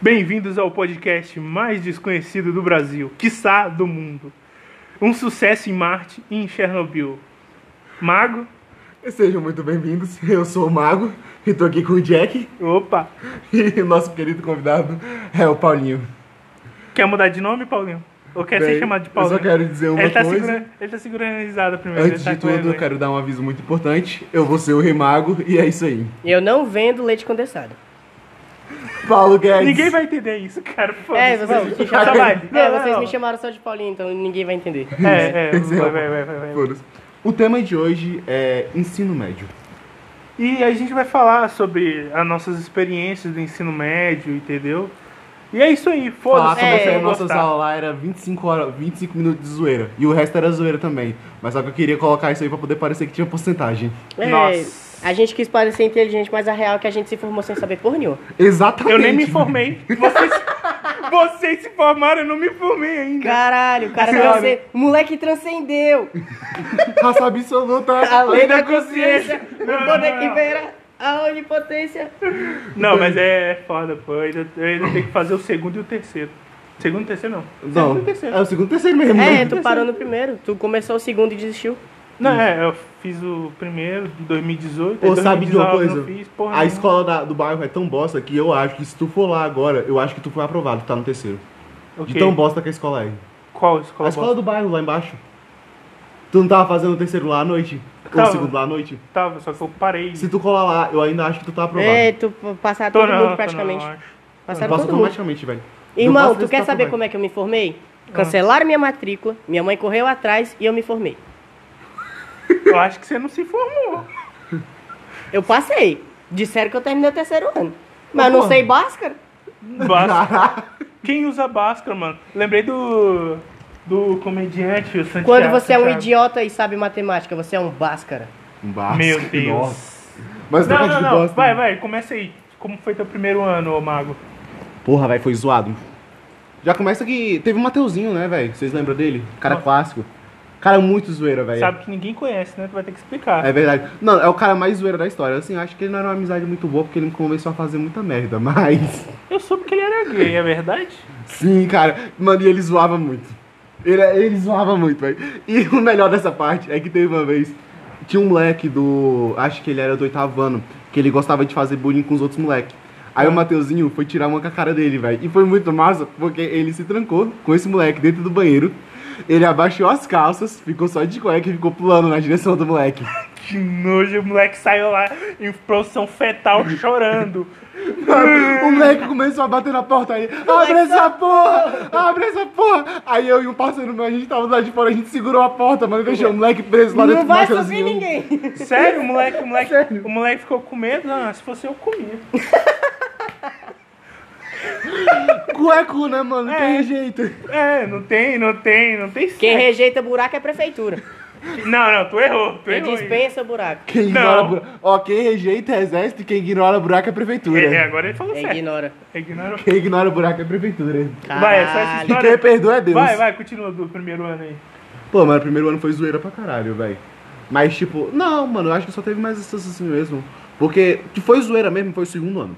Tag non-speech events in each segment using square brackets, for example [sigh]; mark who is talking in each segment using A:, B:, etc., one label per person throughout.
A: Bem-vindos ao podcast mais desconhecido do Brasil, quiçá do mundo. Um sucesso em Marte e em Chernobyl. Mago?
B: Sejam muito bem-vindos, eu sou o Mago e tô aqui com o Jack
A: Opa!
B: e o nosso querido convidado é o Paulinho.
A: Quer mudar de nome, Paulinho? Ou quer
B: Bem,
A: ser chamado de
B: eu
A: Paulinho?
B: só quero dizer uma
A: ele, tá
B: coisa.
A: segurando, ele tá segurando a risada primeiro.
B: Antes
A: ele tá
B: de
A: com
B: tudo, eu
A: vergonha.
B: quero dar um aviso muito importante. Eu vou ser o Rei Mago e é isso aí.
C: Eu não vendo leite condensado.
B: Paulo Guedes.
A: Ninguém vai entender isso, cara. foda-se.
C: É, vocês [laughs] me
A: Só vai.
C: chamaram.
A: Não,
C: É,
A: não,
C: vocês
A: não.
C: me chamaram só de Paulinho, então ninguém vai entender.
A: É, é,
B: Esse é
A: vai,
B: o-
A: vai, vai, vai, vai.
B: Foda-se. O tema de hoje é ensino médio.
A: E a gente vai falar sobre as nossas experiências do ensino médio, entendeu? E é isso aí,
B: Falar
A: foda-se.
B: sobre
A: vocês
B: se é a
A: vão
B: nossa
A: gostar.
B: sala lá era 25, horas, 25 minutos de zoeira. E o resto era zoeira também. Mas só que eu queria colocar isso aí pra poder parecer que tinha porcentagem.
C: É,
A: Nossa.
C: A gente quis parecer inteligente, mas a real é que a gente se formou sem saber por nenhum.
B: Exatamente.
A: Eu nem me formei. Vocês, vocês se formaram, eu não me formei ainda.
C: Caralho, o cara
A: Senhora.
C: transcendeu. Moleque transcendeu.
A: [laughs]
B: Raça absoluta.
C: A lei
A: da
C: da consciência,
A: consciência.
C: o poder que verá, a onipotência.
A: Não, mas é foda, pô. Eu ainda, eu ainda tenho que fazer o segundo e o terceiro. Segundo e terceiro não.
B: Não,
A: Segundo e terceiro. então,
B: é o segundo e terceiro mesmo.
C: É,
B: né?
C: tu parou no primeiro, tu começou o segundo e desistiu.
A: Não, é, eu fiz o primeiro de 2018.
B: Ou
A: aí
B: sabe de uma
A: 2019 eu
B: coisa?
A: não Fiz, porra,
B: a
A: nenhuma.
B: escola da- do bairro é tão bosta que eu acho que se tu for lá agora, eu acho que tu foi aprovado, tá no terceiro.
A: O
B: De
A: quê?
B: tão bosta que a escola é.
A: Qual escola?
B: a escola do bairro, lá embaixo. Tu não tava fazendo o terceiro lá à noite? Ou
A: Tava.
B: o segundo lá à noite?
A: Tava, só que eu parei.
B: Se tu colar lá, eu ainda acho que tu tá aprovado.
C: É, tu passaram
A: Tô
B: tá
A: não,
C: todo
A: tô
C: mundo
A: não,
C: praticamente.
A: acho.
C: Passaram
B: Passa
C: todo mundo.
B: automaticamente, velho.
C: Irmão, tu
B: tá
C: quer saber como é que eu me formei? Cancelaram minha matrícula, minha mãe correu atrás e eu me formei.
A: Eu acho que você não se
B: [laughs]
A: formou.
C: Eu passei. Disseram que eu terminei o terceiro ano. Mas eu não
B: porra.
C: sei Bhaskara.
A: [laughs] Báscara. Quem usa Bhaskara, mano? Lembrei do. do comediante, o Santiago.
C: Quando você é um
A: Santiago.
C: idiota e sabe matemática, você é um Bhaskara.
B: Um barco.
A: Meu Deus.
B: Nossa. Mas
A: Não,
B: acho
A: não,
B: que
A: não.
B: gosta.
A: Vai, vai, começa aí. Como foi teu primeiro ano, ô Mago?
B: Porra, velho, foi zoado. Já começa que teve o Mateuzinho, né, velho? Vocês lembram dele? Cara
A: Nossa.
B: clássico. Cara muito zoeira, velho.
A: Sabe que ninguém conhece, né? Tu vai ter que explicar.
B: É verdade. Não, é o cara mais zoeira da história. Assim, eu acho que ele não era uma amizade muito boa porque ele me começou a fazer muita merda, [laughs] mas.
A: Eu soube que ele era gay, é verdade?
B: Sim, cara. Mano, e ele zoava muito. Ele, ele zoava muito, velho. E o melhor dessa parte é que teve uma vez. Tinha um moleque do. Acho que ele era do oitavo ano. Que ele gostava de fazer bullying com os outros moleques. Aí o Mateuzinho foi tirar uma com a cara dele, velho. E foi muito massa porque ele se trancou com esse moleque dentro do banheiro. Ele abaixou as calças, ficou só de cueca e ficou pulando na direção do moleque.
A: [laughs] Que nojo, o moleque saiu lá em posição fetal chorando.
B: O moleque começou a bater na porta aí. Abre essa porra! Abre essa porra! Aí eu e um parceiro meu, a gente tava lá de fora, a gente segurou a porta, mano, e deixou o moleque preso lá dentro
C: Não
B: do assim,
C: vai subir
B: Mateuzinho.
A: [laughs] [laughs]
C: ninguém.
A: Sério, o moleque, o moleque,
B: Sério.
A: o moleque ficou com medo? Ah, se fosse eu comia.
B: Cu é cu, né, mano? Não
A: É.
B: Tem jeito.
A: É, não tem, não tem, não tem
C: Quem
A: certo.
C: rejeita buraco é a prefeitura.
A: Não, não, tu errou, tu
C: Quem
A: errou. aí.
C: dispensa buraco.
B: Quem
A: Não.
B: ignora buraco. Ó, quem rejeita é exército e quem ignora buraco é prefeitura.
A: É, agora ele falou
C: É,
A: certo.
C: ignora.
A: Ignorou.
B: Quem ignora buraco é prefeitura.
A: Vai, é só essa
C: Caralho.
B: E
A: história.
B: quem perdoa é Deus.
A: Vai, vai, continua do primeiro ano aí.
B: Pô, mano, o primeiro ano foi zoeira pra caralho, velho. Mas, tipo, não, mano, eu acho que só teve mais essas assim mesmo. Porque que foi zoeira mesmo, foi o segundo ano.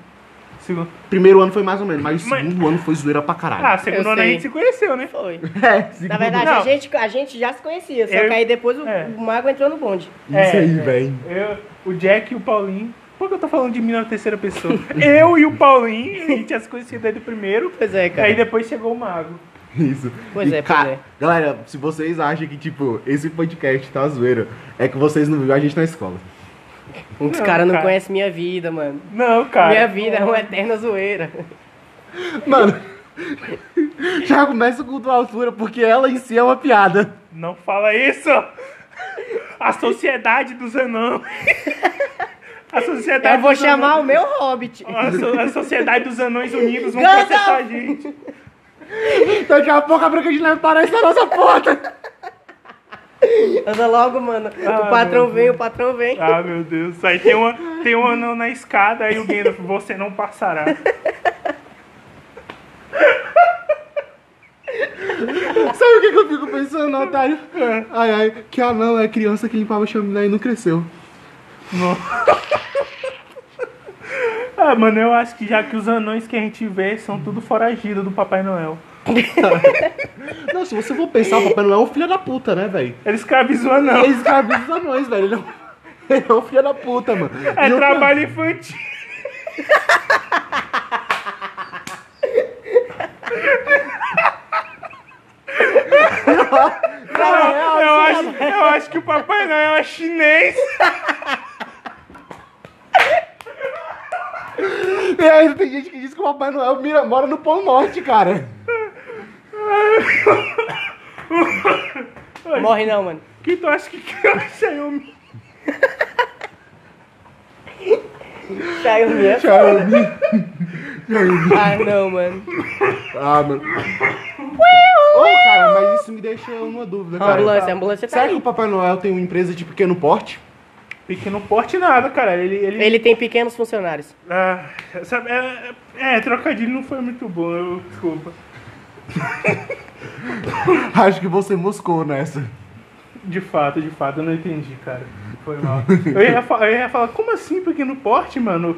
A: Segundo.
B: Primeiro ano foi mais ou menos, mas o
A: Mas-
B: segundo ano foi zoeira pra caralho.
A: Ah, segundo
C: Eu
A: ano a
C: sei.
A: gente se conheceu, né?
C: Foi.
B: [laughs] É, segundo
C: Na verdade,
A: Não.
C: a gente, a gente já se conhecia, só
A: Eu-
C: que aí depois o,
A: é.
C: o Mago entrou no bonde.
B: Isso
A: É,
B: aí,
A: é.
B: velho.
A: Eu, o Jack e o Paulinho. Por que eu tô falando de mim na terceira pessoa? eu e o Paulinho, a gente tinha se conhecido aí do primeiro.
C: Pois é, cara.
A: Aí depois chegou o Mago.
B: Isso.
C: Pois é, pois é.
B: Galera, se vocês acham que, tipo, esse podcast tá zoeira, é que vocês não viram a gente na escola.
C: Os
A: Não,
C: caras não
A: cara.
C: conhecem minha vida, mano.
A: Não, cara.
C: minha vida é uma eterna zoeira.
B: Mano, [laughs] já começa com a altura, porque ela em si é uma piada.
A: Não fala isso! A sociedade dos anãos. A sociedade
C: Eu vou
A: dos
C: chamar o meu hobbit.
A: anões- A, so- a sociedade dos anões unidos vão
C: Gandalf!
A: processar a gente.
B: Então, Daqui a pouco a Branca de Neve aparece na nossa porta.
C: Anda logo, mano.
A: Ah,
C: o patrão
A: meu
C: vem, o patrão vem.
A: Ah, meu Deus. Aí tem, uma, tem um anão na escada aí o Gandalf, você não passará.
B: Sabe o que, que eu fico pensando, otário? Ai, ai, que anão é criança que limpava a chaminé e não cresceu.
A: Não. Ah, mano, eu acho que já que os anões que a gente vê são tudo foragido do Papai Noel.
B: Não, se você for pensar, o Papai Noel é um filho da puta, né, velho?
A: Ele escraviza o
B: Ele
A: anão.
B: escraviza os anões, velho. Ele é um- [laughs] ele é um filho da puta, mano.
A: É
B: E o-
A: trabalho infantil.
B: real,
A: eu, acho, eu acho que o Papai Noel é chinês.
B: E ainda tem gente que diz que o Papai Noel mira- mora no Polo Norte, cara.
C: Morre não, mano.
A: Que tu acha que criança é um
C: Caiu mesmo.
B: Xiaomi.
C: Ah, não, mano.
B: Ah, mano. Ô, cara, mas isso me deixa uma dúvida, cara.
C: Ambulância, ambulância tá
B: Será que
C: aí.
B: o Papai Noel tem uma empresa de pequeno porte?
A: pequeno porte nada, cara. Ele. ele...
C: Ele tem pequenos funcionários.
A: Ah, sabe, é, é, trocadilho não foi muito bom, eu, desculpa.
B: Acho que você moscou nessa.
A: De fato, de fato, eu não entendi, cara. Foi mal. Eu ia, fa- eu ia falar, como assim pequeno porte, mano?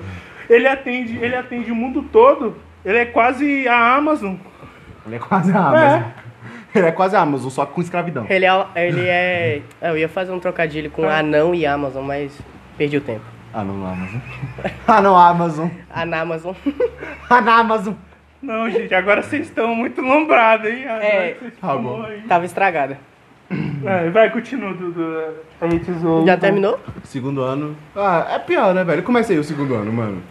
A: Ele atende, ele atende o mundo todo. Ele é quase a Amazon.
B: Ele é quase a Amazon. Ele é quase a Amazon, só que com escravidão.
C: Ele é. Ele é... Ah, Eu ia fazer um trocadilho com
A: Ah.
C: anão e Amazon, mas perdi o tempo.
B: Ah, não, Amazon. [laughs] Ah, não, Amazon.
C: A na Amazon. [laughs]
B: Ah, na Amazon.
A: Não, gente, agora vocês estão muito lombrados, hein? Agora
C: É,
A: vocês
B: tá bom.
A: aí.
C: Tava estragada.
A: É, vai, continua, Dudu.
B: É
A: A gente zoou.
C: Já terminou?
B: Segundo ano. Ah, é pior, né, velho? Comecei o segundo ano, mano.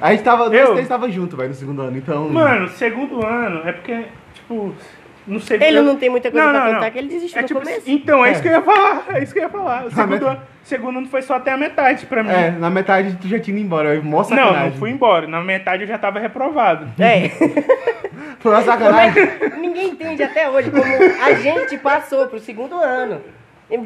B: A gente tava. Nós
A: Eu?
B: três tava junto, velho, no segundo ano, então.
A: Mano, segundo ano é porque, tipo, não sei.
C: Ele não tem muita coisa
A: Não,
C: pra
A: não,
C: contar,
A: não.
C: que ele desistiu
A: É
C: no
A: tipo,
C: começo.
A: então, é,
B: É. Ah,
A: isso que eu ia falar. É isso que eu ia falar. O segundo,
B: mas-
A: ano, segundo ano foi só até a metade pra mim.
B: É, na metade tu já tinha ido embora. é Mó
A: Não,
B: sacanagem.
A: não fui embora. Na metade eu já tava reprovado. [laughs]
C: É.
B: Foi uma sacanagem.
C: Ninguém entende até hoje como a gente passou pro segundo ano.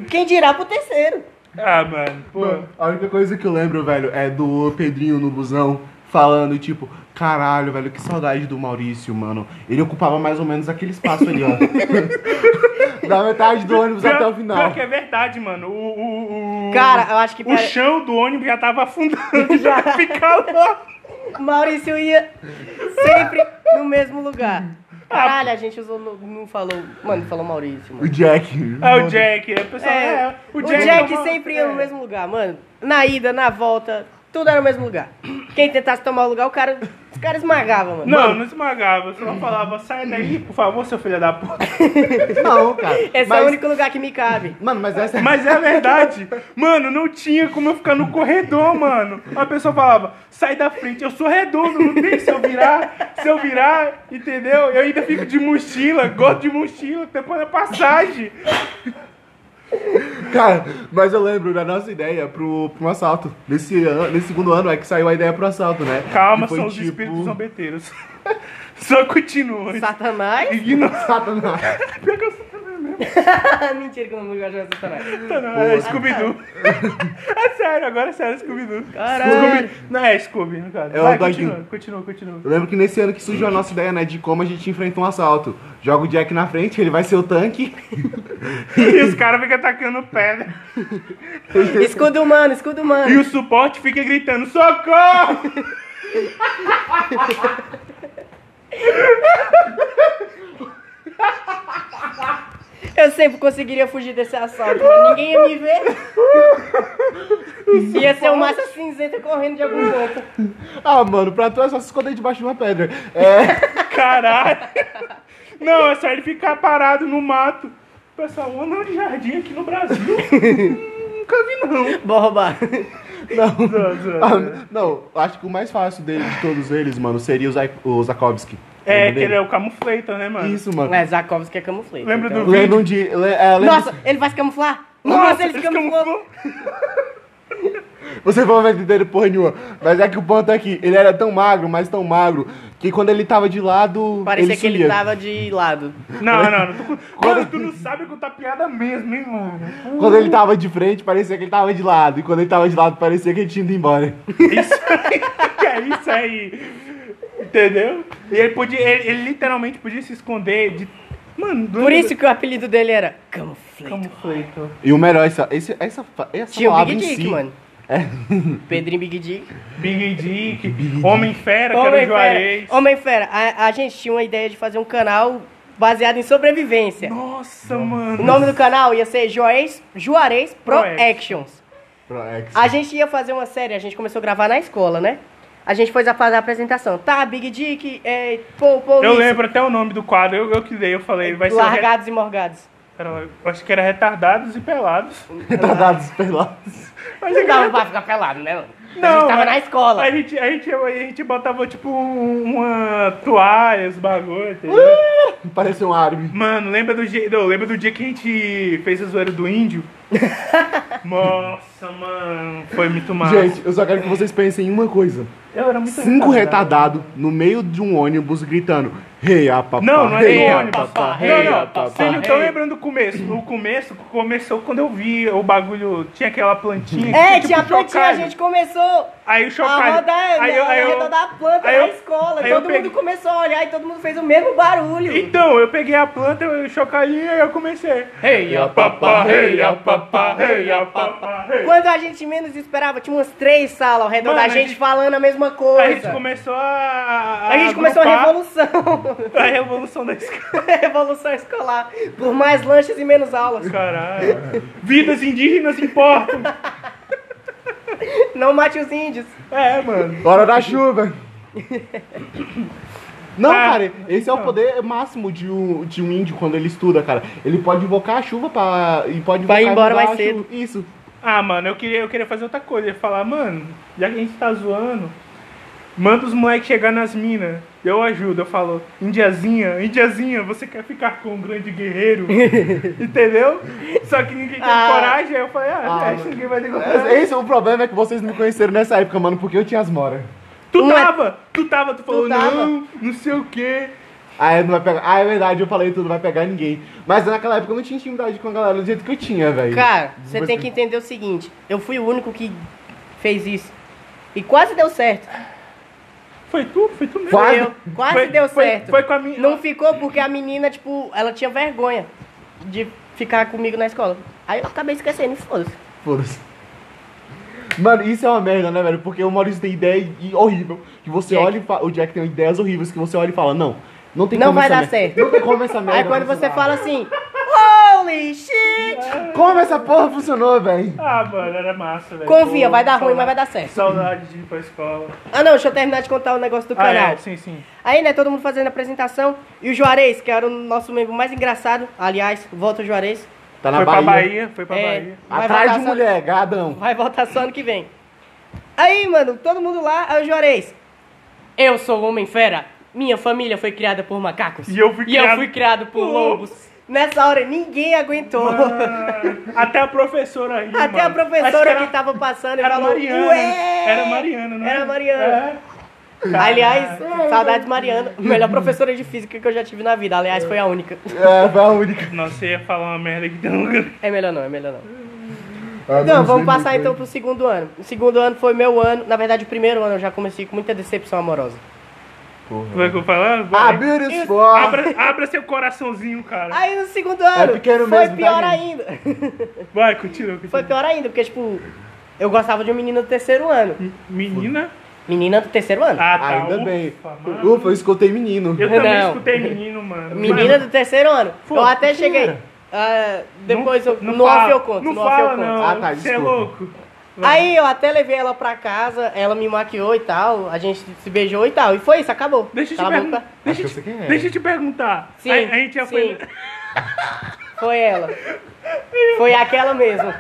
C: Quem dirá pro terceiro?
A: Ah, mano. Pô.
B: Mano, a única coisa que eu lembro, velho, é do Pedrinho no busão falando, tipo, caralho, velho, que saudade do Maurício, mano. Ele ocupava mais ou menos aquele espaço ali,
A: [laughs]
B: ó. da metade do ônibus
A: Pior-
B: até o final.
A: pior que é verdade, mano. O, o, o-
C: Cara, eu acho que
A: o
C: pare-
A: chão do ônibus já tava
C: [laughs]
A: afundando. Já ficava lá.
C: Maurício ia sempre no mesmo lugar. Caralho, a gente usou. no- Não falou. Mano, falou Maurício, mano.
B: O Jack.
A: Ah, o Jack. é, o pessoal,
C: É,
A: é,
C: o Jack,
A: toma-
C: sempre ia
A: é.
C: no mesmo lugar, mano. Na ida, na volta, tudo era no mesmo lugar. Quem tentasse tomar o lugar, o cara, os caras esmagavam, mano.
A: Não, não esmagava. Só falava, sai daí, por favor, seu filho da puta.
B: Não, cara.
C: Esse é o
B: mas,
C: único lugar que me cabe.
B: Mano, mas essa é.
A: Mas é verdade. Mano, não tinha como eu ficar no corredor, mano. A pessoa falava, sai da frente, eu sou redondo, não tem se eu virar, se eu virar, entendeu? Eu ainda fico de mochila, gosto de mochila, depois da passagem.
B: Cara, mas eu lembro da nossa ideia pro, pro assalto. Nesse, ano, nesse segundo ano é que saiu a ideia pro assalto, né?
A: Calma,
B: Que foi,
A: são os
B: tipo,
A: espíritos zombeteiros. [laughs] Só continua.
C: Satanás? [laughs]
A: Ignora.
B: Satanás.
A: Pega o Satanás mesmo.
C: Mentira que eu não gosto de Satanás.
A: Satanás, É Scooby-Doo. [laughs] É sério, agora é sério, Scooby-Doo.
C: Caralho.
A: Scooby- Não é Scooby, no caso.
B: É o
A: Vai,
B: doguinho.
A: continua, continua, continua. [laughs]
B: Eu lembro que nesse ano que surgiu a nossa ideia, né? De como a gente enfrenta um assalto. Joga o Jack na frente, ele vai ser o tanque. [laughs]
A: E os caras ficam atacando pedra.
C: Escudo humano, escudo humano.
A: E o suporte fica gritando: Socorro!
C: Eu sempre conseguiria fugir desse assalto, mas ninguém ia me ver. ia ser o massa cinzenta correndo de algum ponto.
B: Ah, mano, pra tu é só se esconder debaixo de uma pedra. É. [laughs]
A: Caralho! Não, é só ele ficar parado no mato. Pessoal, um anão de jardim aqui no Brasil. hum, Nunca vi, não.
C: Bora roubar. [laughs]
B: Não.
A: Zoa, zoa, zoa.
B: Ah, não, acho que o mais fácil dele, de todos eles, mano, seria o, Zai, o Zakowski.
A: É,
B: Lembra
A: que ele
B: dele?
A: é o camufleita, né, mano?
B: Isso, mano.
C: Mas Zakovski é camuflado.
A: Lembra do vídeo?
B: Lembram de. le- é, lembra-
C: Nossa, ele vai se camuflar? Nossa, ele se camuflou.
B: Você vai ver verdadeiro porra nenhuma. Mas é que o ponto é que ele era tão magro, mas tão magro, que quando ele tava de lado.
C: Parecia que ele
B: sumia.
C: tava de lado.
A: Não, não, não. Tô... com- Mano, tu não sabe contar piada mesmo, hein, mano?
B: Quando ele tava de frente, parecia que ele tava de lado. E quando ele tava de lado, parecia que ele tinha ido embora.
A: Isso aí, [laughs] é isso aí. Entendeu? E ele podia, ele, ele literalmente podia se esconder de. Mano, do
C: Por isso que o apelido dele era Camuflado.
A: Camufleito.
B: E o melhor, essa, esse- essa, fa- essa
C: Tinha o
B: palavra
C: Big
B: em
C: Dick,
B: si,
C: mano. [laughs] Pedrinho Big Dick.
A: Big Dick, Homem Fera, que era o
C: Homem
A: Juarez.
C: Fera. Homem Fera. A, a gente tinha uma ideia de fazer um canal baseado em sobrevivência.
A: Nossa,
C: O
A: mano.
C: nome do canal ia ser Juarez, Juarez Pro
A: Pro
C: Actions.
B: Pro X. [laughs]
C: A gente ia fazer uma série, a gente começou a gravar na escola, né? A gente foi fazer a apresentação. Tá, Big Dick, é, pô, pô,
A: Eu
C: isso.
A: lembro até o nome do quadro, eu, eu que dei, eu falei, vai ser. o re-
C: Largados e morgados.
A: Era, eu acho que era Retardados e Pelados.
B: Retardados tá pelados.
A: é
C: Não dava pra ficar pelado, né? mano? a gente tava
A: mas
C: na escola.
A: A gente, a, gente, a gente botava tipo um- uma toalha, os bagulho, entendeu?
B: Parece um árabe.
A: Mano, lembra do dia. Não, lembra do dia que a gente fez a zoeira do
C: [laughs]
A: índio? Nossa, mano, foi muito massa.
B: Gente, eu só quero que vocês pensem em uma coisa.
A: eu era muito
B: Cinco
A: retardado.
B: retardados no meio de um ônibus gritando ah, Rei a papá,
A: Não, não é
B: rei
A: nem
B: a
A: ônibus.
B: papá,
C: Não,
B: rei
A: não,
B: a
A: não.
B: papá.
A: Vocês não estão
C: Ei.
A: lembrando do começo. O começo começou quando eu vi o bagulho. Tinha aquela plantinha. que
C: É,
A: tipo
C: tinha a plantinha, a
A: chocalho.
C: gente começou
A: Aí o
C: a é
A: chocalho.
C: rodar né,
A: aí eu, aí eu-
C: redor da planta
A: aí
C: na
A: eu-
C: escola.
A: aí eu
C: Todo mundo
A: peguei-
C: começou a olhar e todo mundo fez o mesmo barulho.
A: Então, eu peguei a planta, eu chocalhinho e eu comecei.
C: Hey,
B: a papá,
A: rei, a papá, rei, a papá, rei.
C: Quando a gente menos esperava, tinha umas três salas ao redor
A: Mano,
C: da
A: a
C: gente
A: gente-
C: falando a mesma coisa.
A: A gente Ah, começou a.
C: A gente começou a
A: agrupar
C: revolução. [laughs]
A: a revolução da escola.
C: revolução escolar. Por mais lanches e menos aulas.
A: Caralho. Vidas indígenas importam.
C: Não mate os índios.
A: É, mano.
B: Hora
A: [laughs]
B: da chuva. Não,
A: Ah,
B: cara, esse é o poder máximo de um, de um índio quando ele estuda, cara. Ele pode invocar a chuva pra, e pode
C: Vai
B: invocar
C: embora mais
B: a chuva.
C: cedo.
B: Isso.
A: Ah, mano, eu queria, eu queria fazer outra coisa. Eu ia falar, mano, já que a gente tá zoando, manda os moleques chegar nas minas. Eu ajudo, eu falo, Indiazinha, Indiazinha, você quer ficar com um grande
B: [laughs]
A: guerreiro? Entendeu? Só que ninguém tem
C: Ah.
A: coragem, aí eu falei, ah,
B: Ah,
A: acho que ninguém vai ter coragem.
C: assim.
B: Esse é o problema é que vocês não me conheceram nessa época, mano, porque eu tinha as mora.
A: Tu
C: Não é-
A: tava, tu tava, tu falou,
C: tava.
A: não, não sei o quê.
B: Ah, não vai pegar. Ah, é verdade, eu falei tudo, não vai pegar ninguém. Mas naquela época eu não tinha intimidade com a galera do jeito que eu tinha, velho.
C: Cara, você tem que entender o seguinte. Eu fui o único que fez isso. E quase deu certo.
A: Foi tu, foi tu mesmo.
B: Quase.
C: Eu- quase
A: Foi-
C: deu
A: foi-
C: certo.
A: foi com a minha-
C: Não ficou porque a menina, tipo, ela tinha vergonha de ficar comigo na escola. Aí eu acabei esquecendo, e foda-se.
B: Foda-se. Mano, isso é uma merda, né, velho? Porque o Maurício tem ideia e- horrível. Que você
C: Jack.
B: olha e fala. O Jack tem ideias horríveis que você olha e fala, não. Não tem
C: Não
B: como
C: vai
B: essa
C: dar
B: merda-
C: certo.
B: Não tem como essa merda.
C: [laughs] Aí quando você
B: funcionar.
A: [laughs]
C: fala assim, holy shit!
B: Como essa porra funcionou, velho?
A: Ah, mano, era massa, velho.
C: Confia,
A: Pô,
C: vai dar ruim,
A: saudade-
C: mas vai dar certo.
A: Saudade de ir pra escola.
C: Ah não, deixa eu terminar de contar o negócio do
A: Ah,
C: canal.
A: é, sim, sim.
C: Aí, né, todo mundo fazendo a apresentação. E o Juarez, que era o nosso membro mais engraçado, aliás, volta o Juarez.
B: Tá na
A: foi
B: Bahia.
A: pra Bahia, foi pra
C: É,
A: Bahia.
C: vai
B: Atrás
C: voltar
B: de
C: só-
B: mulher, gadão.
C: Vai voltar só ano que vem. Aí, mano, todo mundo lá, aí o Juarez. Eu sou o Homem Fera. Minha família foi criada por macacos.
A: E eu fui criado-
C: criado por lobos. Nessa hora, ninguém aguentou.
A: Mano, Até a professora aí.
C: [laughs] Até a
A: mano. Acho
C: professora que tava passando e
A: Era
C: falou,
A: Mariana. né?
C: ué!
A: Era Mariana, não é?
C: Era Mariana. [laughs] Aliás, saudades Mariana. Melhor professora de física que eu já tive na vida. Aliás, foi a única.
B: É, foi a única.
A: Nossa, eu ia falar uma merda aqui. Então...
C: É melhor não, é melhor não.
B: Ah,
C: Então,
B: não
C: vamos
B: sei,
C: passar
B: não
C: então pro segundo ano. O segundo ano foi meu ano. Na verdade, o primeiro ano eu já comecei com muita decepção amorosa.
A: Como é que eu falo?
B: sei. Ah, beauty spot.
A: Abra, abra seu coraçãozinho, cara.
C: Aí no segundo ano,
B: pequeno
C: foi
B: mesmo, tá,
C: pior
B: gente?
C: ainda. [laughs]
A: Vai, continua, continua.
C: Foi pior ainda, porque, tipo, eu gostava de um menino do terceiro ano.
A: Menina?
C: Menina do terceiro ano?
A: Ah, tá.
B: Ainda
A: Ufa,
B: bem.
A: mano.
B: Ufa, eu escutei menino.
A: Eu também
C: Não.
A: escutei menino, mano.
C: Menina do terceiro ano.
A: Pô,
C: eu até
B: que
C: cheguei.
B: era?
C: Ah, depois eu.
A: não
C: no
A: fala,
C: off eu conto.
A: Não
C: no off eu
A: fala,
C: conto.
A: não.
B: Ah, tá,
A: Você é
B: desculpa.
A: louco.
C: Aí eu até levei ela pra casa, ela me maquiou e tal, a gente se beijou e tal. E foi isso, acabou.
A: Deixa eu te
C: Cala a boca.
A: perguntar. Deixa, eu
B: Acho
A: te-
B: que eu sei quem é.
A: deixa eu te perguntar.
C: Sim,
A: a, a gente já foi.
C: sim. Foi ela. Foi
A: [laughs]
C: aquela mesmo.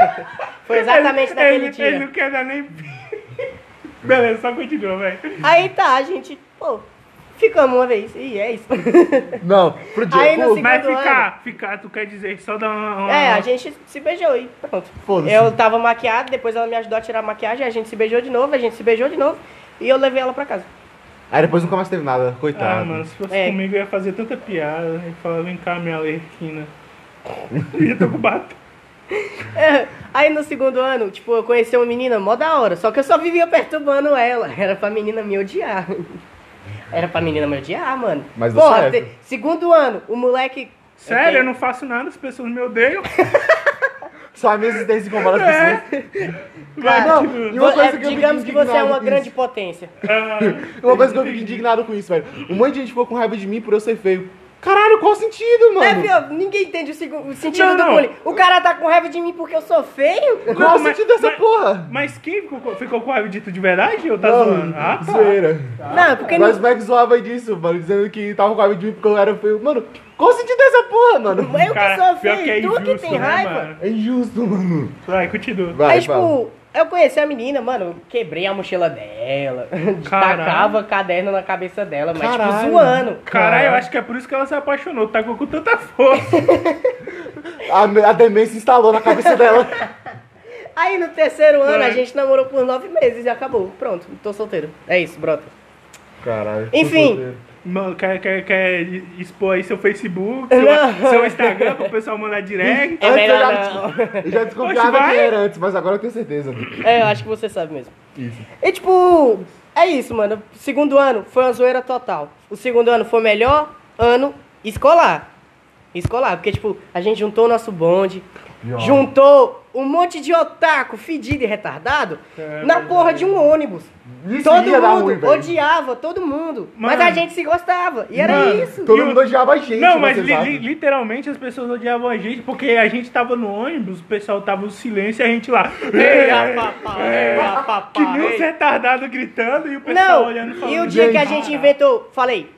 C: Foi exatamente
A: Ele-
C: naquele
A: ele, Ele
C: dia.
A: não quer dar nem. [laughs] Beleza, só continua, velho.
C: Aí tá, a gente, pô, ficamos uma vez. E
B: [laughs]
C: é isso.
B: Não, pro
C: Aí no
B: Diego.
C: segundo-
A: Mas
C: Quando
A: ficar, ficar, tu quer dizer, só dar uma. uma-
C: É, a gente se beijou e pronto.
B: Foda-se.
C: Eu tava maquiada, depois ela me ajudou a tirar a maquiagem, a gente se beijou de novo, a gente se beijou de novo. E eu levei ela pra casa. [laughs]
B: Aí depois nunca mais teve nada,
A: Ah,
B: coitado.
A: mano, se fosse
C: É.
A: comigo eu ia fazer tanta piada. Eu ia falar, vem cá, minha lerquina. [laughs] e eu tô com bato.
C: É, Aí no segundo ano, tipo, eu conheci uma menina mó da hora, só que eu só vivia perturbando ela. [laughs] Era pra menina me odiar. Era pra menina me odiar, mano.
B: Mas deu
C: Porra,
B: certo.
C: se- segundo ano, o moleque. é,
A: Sério, eu
C: tenho- [laughs]
A: não faço nada, as pessoas me odeiam.
B: Sua minha existência incomoda as
A: É.
B: pessoas.
A: Vai,
B: não,
A: tipo,
B: e uma
C: Vo- é,
B: coisa que eu fico
C: digamos que você é
B: indignado
C: uma
B: com
C: grande potência.
A: ah,
C: É.
B: Uma coisa que eu fico indignado com isso, velho. Um monte de gente ficou com raiva de mim por eu ser feio. Caralho, qual o sentido, mano?
C: É, pior, ninguém entende o, segu- o sentido
A: Não,
C: do
A: não.
C: bullying. O cara tá com raiva de mim porque eu sou feio?
B: Qual
A: Não,
B: o
A: mas-
B: sentido dessa
A: mas-
B: porra?
A: Mas quem ficou, ficou com o raiva dito de verdade ou tá
B: Não,
A: zoando? Ah, tá.
B: zoeira.
C: Não, porque
B: Mas o
C: não.
B: Mac zoava disso, mano, dizendo que tava com raiva de mim porque eu era feio. Mano, qual o sentido dessa porra, mano?
C: Eu que
A: Cara,
C: sou
A: pior que é
C: feio, tu que
A: injusto,
C: tem
A: né,
C: raiva.
A: mano?
B: É injusto, mano.
A: Vai, continua.
B: Vai,
C: Aí,
B: fala.
C: tipo, eu conheci a menina, mano, eu quebrei a mochila dela, [laughs]
A: Caralho.
C: tacava caderno na cabeça dela, mas,
B: Caralho.
C: tipo, zoando.
A: Caralho, eu acho que é por isso que ela se apaixonou. Tá com tanta força.
B: A, me- a demência instalou na cabeça dela.
C: Aí, no terceiro ano,
A: É.
C: a gente namorou por nove meses e acabou. Pronto, tô solteiro. É isso, brota.
B: Caralho.
C: Enfim.
A: Mano, quer, quer, quer expor aí seu
C: [laughs]
A: Facebook,
C: Não.
A: seu, seu Instagram pro pessoal mandar
C: [laughs]
A: direct?
C: É
B: Antes
C: melhor
B: eu já-
C: não.
B: Eu já desconfiava
A: Poxa, vai.
B: quem era antes, mas agora eu tenho certeza.
C: É, eu acho que você sabe mesmo.
B: Isso.
C: E, tipo, é isso, mano. Segundo ano foi uma zoeira total. O segundo ano foi o melhor ano escolar. Escolar, porque, tipo, a gente juntou o nosso bonde,
B: Pior.
C: juntou um monte de otaku fedido e retardado
A: É,
C: na porra de um ônibus.
B: Isso
C: todo
B: ia dar
C: mundo
B: ruim, velho.
C: odiava, todo mundo. Mas
A: Mano.
C: a gente se gostava. E era
A: Mano,
C: isso.
A: tô-
B: Todo mundo odiava a gente,
A: Não, mas
B: vocês
A: li-
B: acham?
A: li- literalmente as pessoas odiavam a gente porque a gente tava no ônibus, o pessoal tava no silêncio e a gente lá.
C: [laughs] Ei, apapá, ei, apapá,
A: É. [laughs] que nem
C: ei.
A: uns retardados gritando e o pessoal
C: Não,
A: olhando
C: e o
A: falando.
C: dia que a
B: gente,
C: gente inventou, falei,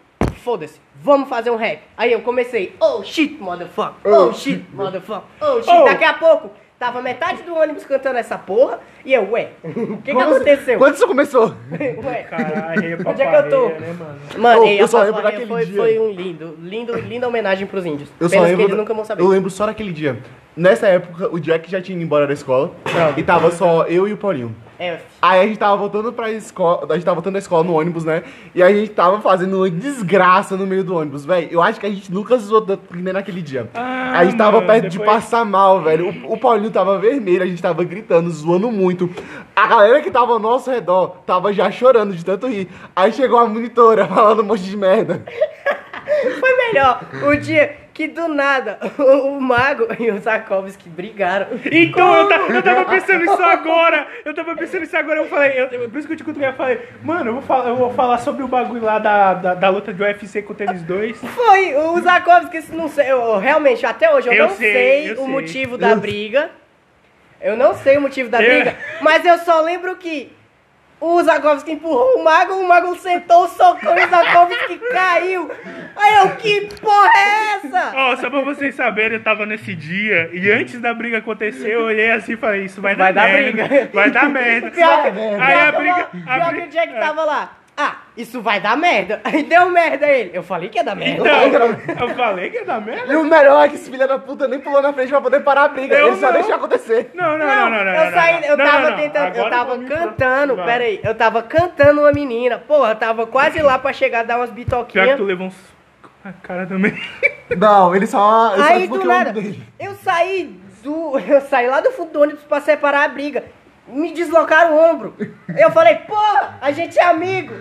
C: foda-se, vamos fazer um rap. Aí eu comecei, oh shit, motherfucker, oh,
B: Oh,
C: shit,
B: shit.
C: motherfucker, oh shit.
A: Oh.
C: Daqui a pouco, tava metade do ônibus cantando essa porra, e
B: [laughs]
C: eu, ué, o que que
B: Como-
C: aconteceu?
B: Quando isso começou?
C: [laughs] Ué.
A: Caralho, é
C: [laughs] Onde é que eu tô?
A: paparreia, Né, mano?
C: Mano,
B: Oh,
C: ei,
B: eu
C: a
B: só lembro
C: Paparreia
B: daquele
C: foi,
B: dia.
C: foi um lindo, lindo, linda homenagem pros índios.
B: Eu
C: Penas
B: só lembro.
C: que eles nunca vão saber.
B: Eu lembro só daquele dia. Nessa época, o Jack já tinha ido embora da escola e tava só eu e o Paulinho.
C: É,
B: Aí a gente tava voltando pra escola, a gente tava voltando da escola no ônibus, né? E a gente tava fazendo uma desgraça no meio do ônibus, velho. Eu acho que a gente nunca zoou tanto que nem naquele dia.
A: Ah,
B: a gente tava
A: mano,
B: perto de
A: depois-
B: passar mal, velho. O, o Paulinho tava vermelho, a gente tava gritando, zoando muito. A galera que tava ao nosso redor tava já chorando de tanto rir. Aí chegou a monitora [laughs] falando um monte de merda.
C: Foi melhor o dia que do nada [laughs] o, o Mago e o Zakovski brigaram.
B: [laughs]
A: Então eu, ta- eu
C: [laughs]
A: tava pensando isso agora. Eu tava pensando isso agora. Eu falei, eu- eu- por isso que eu te cutuquei. Eu falei, mano, eu vou, falar, eu vou falar sobre o bagulho lá da, da, da luta de UFC contra eles dois.
C: Foi, o Zakovski, isso não sei, eu, eu realmente, até hoje, eu,
A: Eu
C: não sei,
A: sei, eu
C: o
A: sei.
C: motivo da
B: Eu-
C: briga. Eu não sei o motivo da
A: Eu-
C: briga, mas eu só lembro que o Zakovski empurrou o Mago, o Mago sentou o socão e o Zakovski
A: [laughs]
C: caiu. Aí eu, que porra é essa?
A: Ó, só pra vocês saberem, eu tava nesse dia e antes da briga acontecer, eu olhei assim e falei, isso vai dar
C: Vai dar
A: merda.
C: briga.
A: Vai dar merda.
C: Pior, que-
B: merda.
A: é. Aí a
C: pior que-
A: briga- a
C: pior que
A: briga- é.
C: o Jack tava lá. Ah, isso vai dar merda. [laughs] Aí deu merda a ele. Eu falei que ia dar merda.
A: Então, eu falei que ia dar merda.
B: E o melhor é que esse filho da puta nem pulou na frente pra poder parar a briga.
A: Eu
B: ele só
A: não.
B: deixou acontecer.
A: Não, não,
C: Não,
A: não, não, não.
C: eu
A: não,
C: saí, eu
A: não,
C: tava
A: não, não.
C: tentando, eu
A: Agora
C: tava
A: vou me-
C: cantando,
A: Vai.
C: peraí, eu tava cantando uma menina, porra, eu tava quase lá pra chegar dar umas
A: Pior que
C: bitoquinhas.
A: tu levou uns... A cara também. [laughs]
B: Não, ele só. Ele
C: Aí
B: só
C: do
B: desbloqueou o
C: nada,
B: ombro dele.
C: eu saí do, [laughs] eu saí lá do fundo do ônibus pra separar a briga, me deslocaram o ombro. Eu falei, porra, a gente é amigo.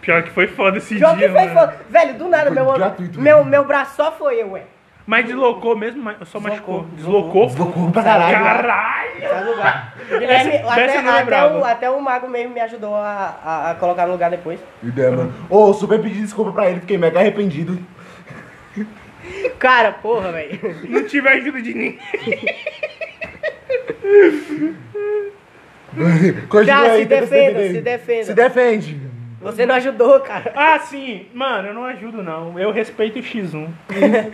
A: Pior que foi foda esse
C: Pior
A: dia,
C: que foi,
A: mano.
C: foda. velho, do nada,
B: Foi
C: meu, ombro-
B: gratuito.
C: meu, meu braço só foi eu, ué.
A: Mas deslocou mesmo, mas só machucou. Deslocou?
B: Deslocou pra caralho.
A: Caralho!
C: Sai do lugar. Guilherme,
A: Dessa-
C: até,
A: dessa eu não
C: até
A: lembrava.
C: o, até o mago mesmo me ajudou a, a- a colocar no lugar depois.
B: Ideia, mano. Ô, super pedi desculpa pra ele, fiquei mega arrependido.
C: Cara, porra, velho.
A: Não tive ajuda de ninguém.
B: Continua
C: Já, se
B: tenta
C: defenda,
B: defender.
C: se defenda.
B: tá Se defende.
C: Você não ajudou, cara.
A: Ah, sim. Mano, eu não ajudo, não. Eu respeito o
C: [laughs]
A: X1.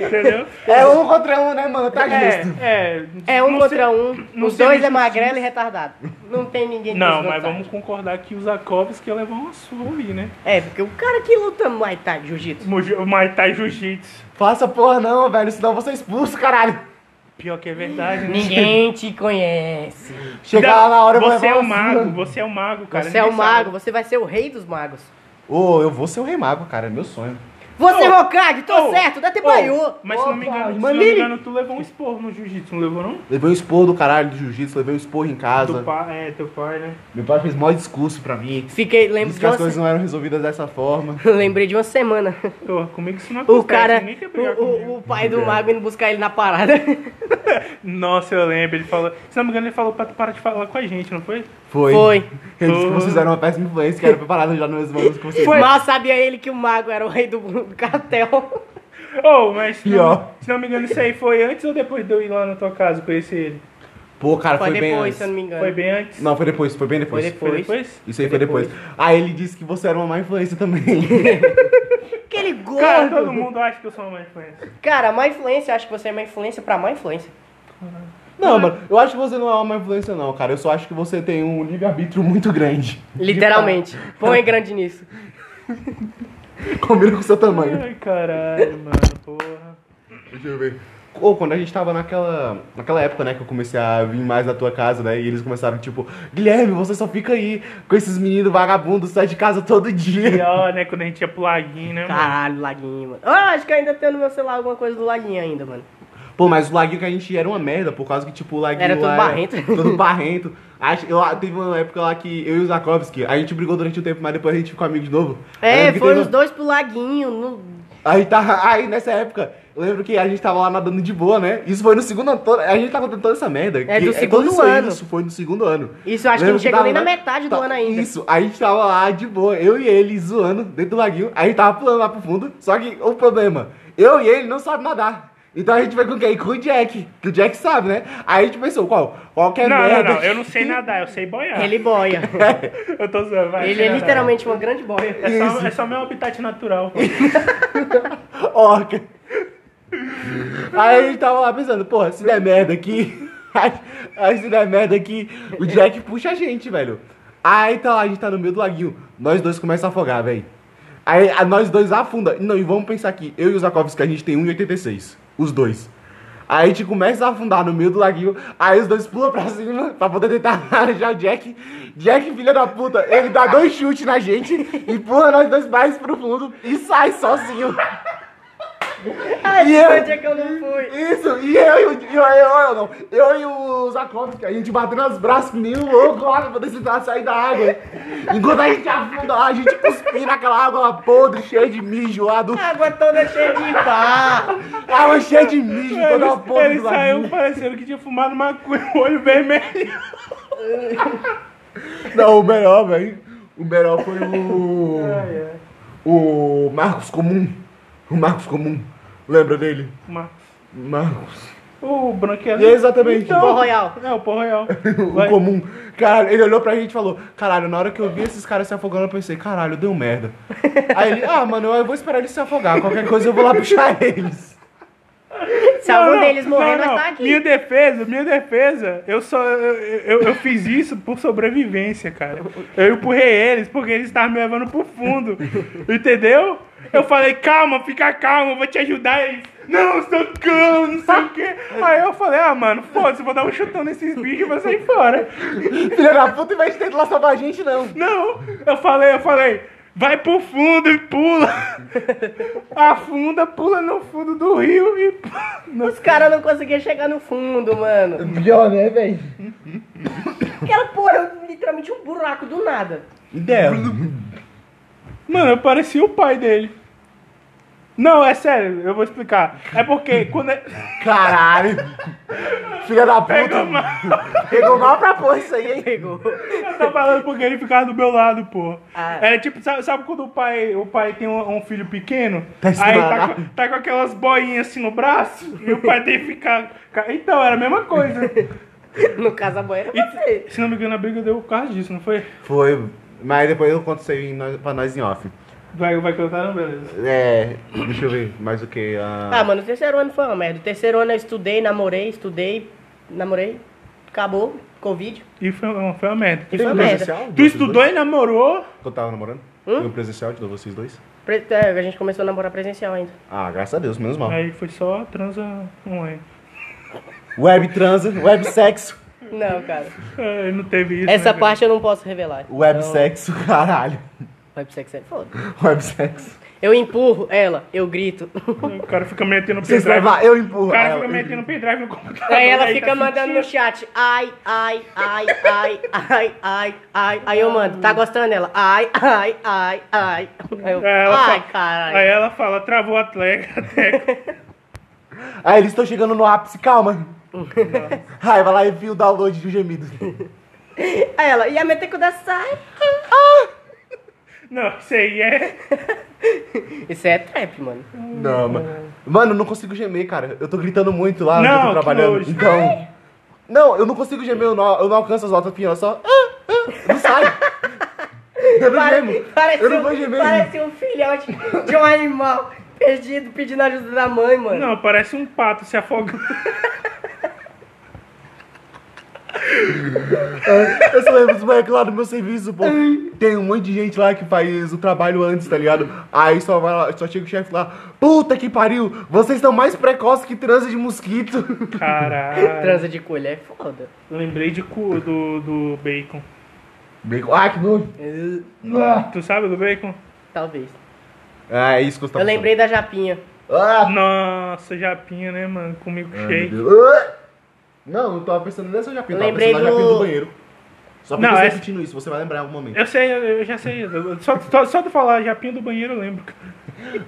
A: Entendeu?
B: É um contra um, né, mano? Tá justo.
A: É, é.
C: É um
A: não
C: contra
A: sei-
C: um,
A: não
C: os
A: sei
C: dois
A: me
C: é magrelo e retardado. Não tem ninguém que
A: Não,
C: se
A: mas
C: notar.
A: vamos concordar que o Zakovski ia levar uma surra ali, né?
C: É, porque o cara que luta Muay Thai Jiu-Jitsu.
A: Muji- O Muay Thai Jiu-Jitsu.
B: Faça porra não, velho, senão você é expulso, caralho.
A: Pior que é verdade, né?
C: Ninguém te conhece.
B: Chegar
A: Não,
B: lá na hora eu vou
A: Você é
C: um
B: levar um
A: o
B: né? uma
A: mago,
B: surra.
A: você é o mago, cara.
C: Você é o
A: Ninguém
C: mago,
A: sabe.
C: você vai ser o rei dos magos.
B: Ô, eu vou ser o rei mago, cara, é meu sonho.
C: Você
A: Oh,
C: é Hokage, tô
A: oh,
C: certo, dá até
A: oh,
C: banhou.
A: Mas se não me
B: Opa,
A: engano, se não
B: Manili.
A: me engano, tu levou um esporro no Jiu-Jitsu, não levou não?
B: Levei um esporro do caralho de jiu-jitsu, levei um esporro em
A: Teu
B: casa.
A: pai, é, teu pai, né?
B: Meu pai fez maior discurso pra mim.
C: Fiquei, lembro
B: Disse
C: de
B: que as
C: uma
B: coisas
C: se-
B: não eram resolvidas dessa forma.
C: [laughs] Lembrei de uma semana.
A: Pô, comigo isso não acontece,
C: O cara,
A: ninguém quer brigar
C: o, o-
A: comigo.
C: o pai do mago indo buscar ele na parada.
A: Nossa, eu lembro. Ele falou. Se não me engano, ele falou pra tu parar de falar com a gente, não foi?
B: Foi. [laughs]
C: Foi.
B: Ele disse que vocês
A: Foi.
B: eram uma péssima influência, que era pra parar de ajudar meus irmãos que vocês.
A: Foi.
C: Mal sabia ele que o mago era o rei do, do cartel.
A: Oh, mas se
B: Pior.
A: não, se não me engano, isso aí foi antes ou depois de eu ir lá na tua casa conhecer ele?
B: Pô, cara,
C: Foi
B: foi, bem
C: depois,
B: antes.
C: se eu não me engano.
A: Foi bem antes?
B: Não, foi depois, foi bem
C: Foi
B: depois.
C: depois.
A: Foi depois?
B: Isso aí foi depois. Aí ele disse que você era uma má influência [laughs] também.
C: Aquele gordo.
A: Cara, todo mundo acha que eu sou uma má influência.
C: Cara, má influência, eu acho que você é má influência pra má influência.
B: não, mano, eu acho que você não é uma má influência, não, cara. Eu só acho que você tem um livre-arbítrio muito grande. [laughs]
C: Literalmente. Põe grande nisso.
B: Combina com o seu tamanho.
A: Ai, caralho, mano, porra.
B: Deixa eu ver. Ou quando a gente tava naquela, naquela época, né, que eu comecei a vir mais na tua casa, né, e eles começaram, tipo, Guilherme, você só fica aí com esses meninos vagabundos, sai de casa todo
A: E
B: dia.
A: ó, né, quando a gente ia pro laguinho, né, mano?
C: [laughs] Caralho, laguinho, mano. Ah, acho que ainda tem no meu celular alguma coisa do laguinho ainda, mano.
B: Pô, mas o laguinho que a gente era uma merda, por causa que, tipo, o laguinho
C: Era todo
B: lá [laughs]
C: barrento.
B: Todo barrento. Acho, eu, teve uma época lá que eu e o Zakowski, a gente brigou durante o tempo, mas depois a gente ficou amigo de novo. Eu
C: É,
B: lembro que
C: foram
B: teve- um
C: os dois pro laguinho. no-
B: Aí, tá, aí nessa época, eu lembro que a gente tava lá nadando de boa, né? Isso foi no segundo ano. todo- A gente tava contando toda essa merda.
C: É
B: que-
C: do
B: todo
C: segundo
B: isso, aí,
C: ano.
B: Isso foi no segundo ano.
C: Isso, eu acho que
B: Lembro
C: não chegou
B: tava
C: nem na
B: lá-
C: metade do
B: tá-
C: ano ainda.
B: Isso, a gente tava lá de boa, eu e ele zoando dentro do laguinho. A gente tava pulando lá pro fundo. Só que o problema, eu e ele não sabemos nadar. Então a gente foi com quem? Com o Jack. Que o Jack sabe, né? Aí a gente pensou, qual? Qualquer
A: Não, não,
B: merda.
A: não, eu não sei nadar, eu sei boiar.
C: Ele [laughs] boia.
A: Eu tô zoando, vai.
C: Ele
A: sei
C: é
A: nadar.
C: literalmente uma grande boia. [laughs]
A: É só,
B: Isso.
A: é só meu habitat natural. pô.
B: Orca. Aí a gente tava lá pensando, porra, se der merda aqui. [laughs] Aí se der merda aqui, o Jack puxa a gente, velho. Aí tá lá, a gente tá no meio do laguinho. Nós dois começamos a afogar, velho. Aí a- nós dois afunda. Não, e vamos pensar aqui, eu e o Zakovski, a gente tem 1,86. Os dois. Aí a gente começa a afundar no meio do laguinho, aí os dois pulam pra cima pra poder tentar [laughs] já o Jack. Jack, filha da puta, ele dá dois chutes na gente, empurra nós dois mais pro fundo e sai sozinho.
C: Ai,
B: E eu-
C: onde é que eu não fui?
B: Isso, e eu e o. Eu, eu, eu, não, eu e o Zakovski, a gente batendo os braços que nem um louco lá pra poder tentar sair da água. Enquanto a gente afunda lá, a gente cuspindo aquela água lá podre, cheia de mijo lá do.
C: A água toda cheia de pá.
B: Água cheia de mijo, [laughs] toda a
A: Ele,
B: podre
A: ele
B: do
A: saiu
B: laguinho.
A: parecendo que tinha fumado maconha, o olho vermelho.
B: [laughs] Não, o melhor, velho. O melhor foi o. O Marcos Comum. O Marcos Comum. Lembra dele?
A: Uma-
B: Marcos.
A: O branqueiro.
B: E é exatamente.
A: Então,
C: Pó Royal.
A: É, o Pó Royal.
B: O
A: Vai.
B: comum. Caralho, ele olhou pra gente e falou: Caralho, na hora que eu vi esses caras se afogando, eu pensei: Caralho, deu merda. [laughs] Aí ele: Ah, mano, eu vou esperar eles se afogar. Qualquer coisa eu vou lá puxar eles.
C: Se algum
A: Não, não,
C: deles morrer,
A: não,
C: nós
A: não.
C: tá aqui.
A: Minha defesa, minha defesa. Eu só. Eu, eu, eu fiz isso por sobrevivência, cara. Eu empurrei eles porque eles estavam me levando pro fundo. Entendeu? Eu falei, calma, fica calmo, eu vou te ajudar. Eles, não, socão, não sei o quê. Aí eu falei, ah, mano, foda-se, eu vou dar um chutão nesses bichos e vou sair fora.
B: [laughs] Filha da puta, em vez de tentar lá salvar a gente, não.
A: Não, eu falei, eu falei, vai pro fundo e pula. [laughs] Afunda, pula no fundo do rio e. [laughs]
C: Os caras não conseguiam chegar no fundo, [laughs] mano.
B: Pior, né, velho?
C: Aquela porra, eu- literalmente um buraco do nada.
B: Ideia.
A: Mano, eu parecia o pai dele. Não, é sério, eu vou explicar. É porque quando. é-
B: Caralho. Filha da puta.
A: Pegou mal.
B: Pegou mal pra porra isso aí, hein?
C: Pegou.
A: [laughs] Eu tô falando porque ele ficava do meu lado, pô.
C: Ah.
A: Era tipo, sabe, sabe quando o pai, o pai tem um, um filho pequeno?
B: Tá
A: aí tá,
B: estourado.
A: com- tá com aquelas boinhas assim no braço e o pai tem que ficar. Então, era a mesma coisa.
C: [laughs] No caso, a boia era você.
A: E, se não me engano, a briga deu por causa disso, não foi?
B: Foi. Mas depois eu conto isso aí em nós- pra nós em off.
A: Vai, vai cantar, não, beleza.
B: É. Deixa eu ver. Mais o que?
C: Ah, mano, o terceiro ano foi uma merda. O terceiro ano eu estudei, namorei, estudei, namorei. Acabou, Covid.
A: E foi, uma- foi uma merda.
C: E foi uma merda.
A: Tu estudou e namorou?
B: um Que eu tava namorando?
C: Hum?
B: Eu presencial de novo, vocês dois?
C: Pre- é, A gente começou a namorar presencial ainda.
B: Ah, graças a Deus, menos mal.
A: Aí foi só transa online.
B: Web transa, web sexo.
A: Hum.
C: Não, cara.
A: Ai, não teve isso. né,
C: Essa
A: cara?
C: parte eu não posso revelar. Então,
B: Web sexo, [laughs] caralho.
C: Websex é foda.
B: Web sexo.
C: Eu empurro ela, eu
A: [laughs]
C: grito.
A: O cara fica metendo
B: Vocês vão
A: pendrive.
B: lá, eu
A: O
B: empurro.
A: cara
B: ela.
A: fica metendo pendrive no computador.
C: Aí ela
A: aí
C: fica
A: tá
C: mandando no
A: sentindo.
C: chat, ai, ai, ai, ai, ai, ai, ai. Aí eu mando, tá gostando ela? Ai, ai, ai, ai. Aí eu,
A: Aí ela fala-
C: ai,
A: Aí
C: caralho.
A: [laughs] ela fala, travou a tecla. a tecla.
B: Ah, Aí eles estão chegando no ápice, calma. [laughs] Ai, vai lá e viu o download de gemido.
C: Aí ela, e a Metekudasai? Ah!
A: Não, isso aí é.
C: Isso é trap, mano.
B: Não, mano. Mano, eu não consigo gemer, cara. Eu tô gritando muito lá onde eu
A: Não,
B: tô
A: que
B: trabalhando.
A: nojo. É.
B: Então. Não, eu não consigo gemer, eu não, eu não alcanço as notas pior, só. ah, ah, Não
A: [laughs]
B: sai. Eu não
C: Pare-
B: gemo.
C: Parece,
B: Eu não
C: um-
B: vou gemer.
C: parece um filhote de um animal perdido pedindo ajuda da mãe, mano.
A: Não, parece um pato se afogando. [laughs]
B: É, Eu só lembro dos moleques lá do meu serviço, pô. Tem um monte de gente lá que faz o trabalho antes, tá ligado? Aí só, vai lá, só chega o chefe lá. Puta que pariu! Vocês estão mais precoces que transa de mosquito. [laughs]
A: Caralho.
C: Transa de colher é foda.
A: Lembrei de cu do, do bacon.
B: Bacon. Ah, que nojo.
C: Uh,
B: Ah.
A: Tu sabe do bacon?
C: Talvez.
B: Ah, é isso que eu tava
C: Eu lembrei da Japinha.
B: pensando. Ah,
A: Nossa, japinha, né, mano? Com milkshake.
B: meu Deus. Ah. Não, eu tava pensando nessa japinha. Eu tava
C: Lembrei
B: pensando na japinha
C: do-
B: do banheiro. Só
A: Não,
B: porque você tá
A: essa-
B: repetindo isso, você vai lembrar em algum momento.
A: eu sei, eu eu já sei. Eu- Só, só, só de falar japinha do banheiro eu lembro.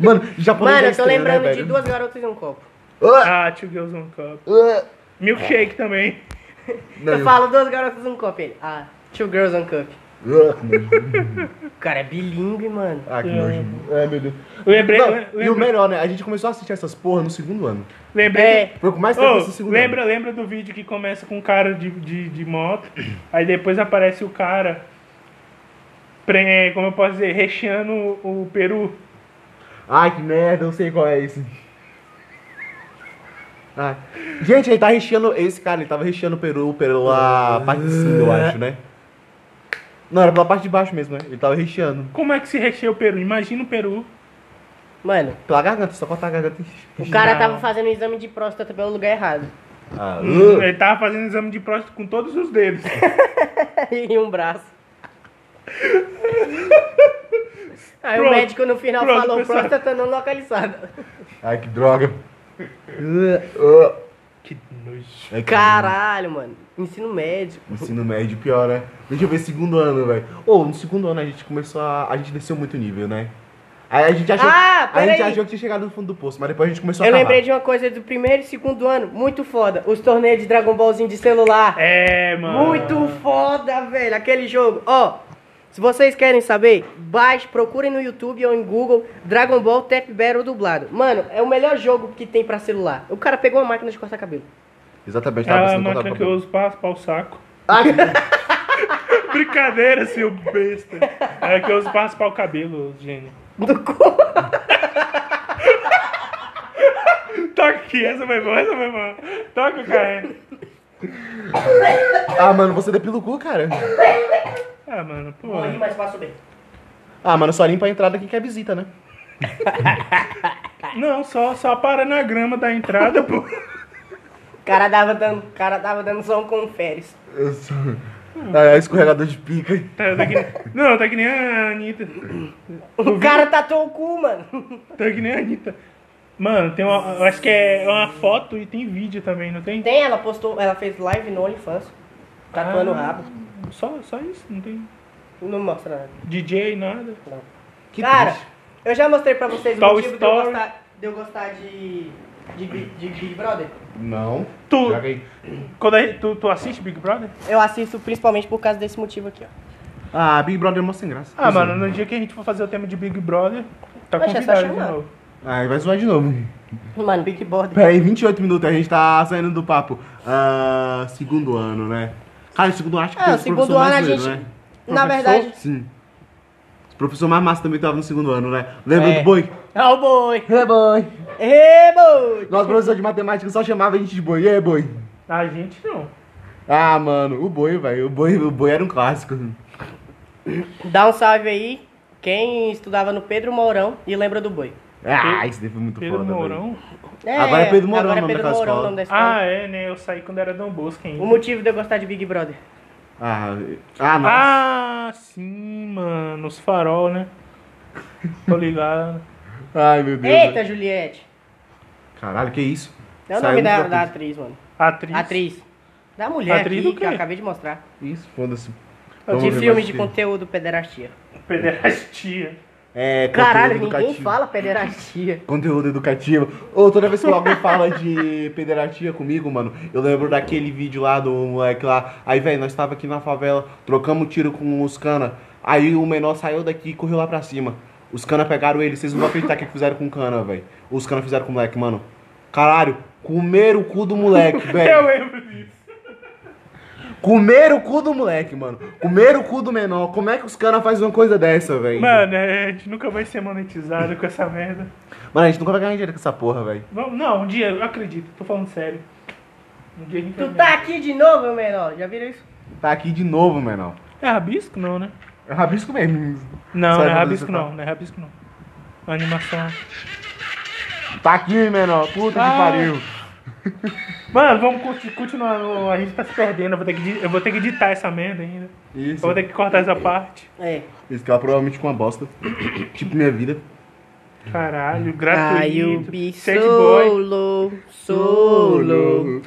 B: Mano, japonês
C: Mano,
B: é
C: eu tô
B: estranho, né,
C: lembrando de
B: velho?
C: duas garotas e um copo.
B: Ah,
A: Ah, Two Girls One Cup.
B: ah.
A: Milkshake também.
B: Não,
C: eu,
B: eu-
C: falo duas garotas e um copo. Ele, ah, two girls and cup.
B: Ah, que nojo.
C: O cara é bilíngue, mano.
B: Ah, que nojo.
C: É.
B: Ai, meu Deus.
A: Eu lembrei.
B: Não,
A: eu
B: e o
A: lembrei,
B: melhor, né? A gente começou a assistir essas porra no segundo ano.
A: lembrei
C: É,
B: Foi o que mais tempo
A: Ô,
B: no segundo
A: lembra, lembra do vídeo que começa com um cara de, de, de moto, aí depois aparece o cara, pre- como eu posso dizer, recheando o, o peru.
B: ano. Ai, que merda, eu sei qual é esse. Ai. Gente, ele tá recheando. Esse cara, ele tava recheando o peru pela parte de cima, eu acho, né? Não, era pela parte de baixo mesmo, né? Ele tava recheando.
A: Como é que se recheia o peru? Imagina o peru.
C: mano,
B: Pela garganta, só cortar a garganta e.
C: o cara
A: Não.
C: tava fazendo um exame de próstata pelo lugar errado. [laughs]
B: Ah,
A: Hum,
B: uh.
A: Ele tava fazendo exame de próstata com todos os dedos.
C: e um braço. Aí o
A: Pronto.
C: médico no final
A: Pronto,
C: falou
A: pessoal.
C: próstata não localizada.
B: Ai, que
C: [laughs]
B: droga. Uh, uh.
A: Que nojo.
B: Ai, que
C: Caralho, mano. Ensino médio.
B: Ensino médio pior, né? Deixa eu ver segundo ano, velho. Ou no segundo ano a gente começou a. A gente desceu muito nível, né? Aí a gente achou.
C: Ah,
B: a gente
C: peraí.
B: achou que tinha chegado no fundo do poço, mas depois a gente começou a
C: Eu
B: cavar.
C: lembrei de uma coisa do primeiro e segundo ano, muito foda. Os torneios de Dragon Ballzinho de celular.
A: É, mano.
C: Muito foda, velho, aquele jogo. Ó, se vocês querem saber, baixe, procurem no YouTube ou em Google Dragon Ball Tap Battle dublado. Mano, é o melhor jogo que tem pra celular. O cara pegou uma máquina de Ah, cortar cabelo.
B: Exatamente,
A: É a
B: tava pensando em
A: máquina
B: contar
A: que eu
B: pra
A: uso pra raspar o saco.
C: [laughs]
B: Ah, que-
A: Brincadeira, seu besta. É a que eu uso pra raspar o cabelo, gênio.
C: Do cu.
A: Toca aqui, essa foi boa, essa foi boa. Toca o carré.
B: ah, mano, você depila o cu, cara.
A: Ah, mano, pô.
C: Morri, mas faço bem.
B: Ah, mano, só limpa a entrada quem quer visita, né?
A: Não, só, só para na grama da entrada, pô.
C: O cara tava dando, o cara tava dando só um conferes.
B: Eu sou... Ah, é escorregador de pica.
A: Tá, tá que nem- não, tá que nem a Anitta.
C: O cara tatuou o cu, mano.
A: Tá que nem a Anitta. Mano, tem uma. eu Acho que é uma foto e tem vídeo também, não tem?
C: Tem, ela postou, ela fez live no OnlyFans. Tatuando o
A: Ah.
C: rabo.
A: Só, só isso, não tem
C: Não mostra nada.
A: DJ, nada.
B: Que
C: cara,
B: triste.
C: eu já mostrei pra vocês
A: Tal
C: o motivo de eu,
A: story.
C: gostar, de eu gostar de, de, Big- de Big Brother.
B: Não.
A: Tu-
B: Joga aí.
A: Quando a- tu, tu assiste Big Brother?
C: Eu assisto principalmente por causa desse motivo aqui, ó.
B: Ah, Big Brother é mó sem graça.
A: Ah, mano, no dia que a gente for fazer o tema de Big Brother, tá
C: Mas é só
A: convidado de
C: chamar.
A: novo.
B: Ai, vai zoar de novo.
C: Mano, Big Brother.
B: Peraí, 28 minutos, a gente tá saindo do papo. Ah, segundo ano, né? Cara, segundo ano acho que
C: Ah,
B: tem
C: o
B: os
C: segundo
B: professores
C: ano a
B: mais
C: gente.
B: doidos, né?
C: Na verdade.
B: Sim. Os professor mais massa também tava no segundo ano, né? Lembra
C: É.
B: do boi?
C: Ah, o boi!
B: É, boi.
C: Ê, boi!
B: Nosso professor de matemática só chamava a gente de boi. É, boi.
A: A gente não.
B: Ah, mano, o boi, velho. O boi, o boi era um clássico.
C: Dá um salve aí. Quem estudava no Pedro Mourão e lembra do boi.
B: Ah, isso daí foi muito
A: Pedro
B: foda, velho.
A: Mourão.
C: É,
B: Agora é Pedro Mourão
C: agora
B: o
C: é
B: nome
C: Pedro
B: daquela
C: Mourão o
B: escola.
C: nome da escola.
A: Ah, é, né? Eu saí quando era Dom Bosco ainda.
C: O motivo de eu gostar de Big Brother.
B: Ah, ah, nossa.
A: Ah, sim, mano. Os farol, né? Tô ligado.
B: Ai, meu Deus.
C: Eita, Juliette!
B: Caralho, que isso?
C: É o
B: Saiu
C: nome
B: do
C: da,
B: papel.
C: da atriz, mano.
A: Atriz.
C: Atriz. Da mulher
A: Atriz
C: aqui,
A: do
C: que eu
A: quê?
C: acabei de mostrar.
B: Isso, foda-se.
C: É de
B: Vamos ver
C: filmes
B: mais
C: de
B: filme.
C: conteúdo pederastia.
A: Pederastia.
B: é,
C: Caralho,
B: conteúdo
C: ninguém
B: educativo.
C: fala pederastia. [laughs]
B: Conteúdo educativo. Ou toda vez que alguém fala de pederastia comigo, mano, eu lembro daquele vídeo lá do moleque lá. Aí, velho, nós tava aqui na favela, trocamos tiro com os cana. Aí o menor saiu daqui e correu lá pra cima. Os cana pegaram ele, vocês não vão acreditar o que que fizeram com o cana, velho. Os cana fizeram com o moleque, mano. Caralho, comeram o cu do moleque,
A: Eu
B: velho.
A: lembro disso.
B: Comeram o cu do moleque, mano. Comeram o cu do menor. Como é que os cana fazem uma coisa dessa, velho?
A: Mano, é, a gente nunca vai ser monetizado com essa merda.
B: Mano, a gente nunca vai ganhar dinheiro com essa porra, velho.
A: Vamos- Não, um dia, eu acredito, tô falando sério. Um dia a gente vai
C: Tu tá aqui de novo, meu menor? Já viram isso?
B: Tá aqui de novo, menor.
A: É rabisco não, né?
B: É rabisco mesmo.
A: Não,
B: Sabe
A: não é
B: quando
A: rabisco
B: você tá-
A: não,
B: fala?
A: não é rabisco não. Animação.
B: Tá aqui, menor. Puta
A: Ah.
B: que pariu.
A: Mano, vamos curti- continuar. no- A gente tá se perdendo. Eu vou ter que, di- eu vou ter que editar essa merda ainda. Eu
B: Isso.
A: vou ter que cortar essa parte.
C: É.
B: Esse cara provavelmente com uma bosta. [clears throat] tipo minha vida.
A: Caralho,
C: Caiu
A: gratuito.
C: be
A: Sad boy.
C: solo, solo.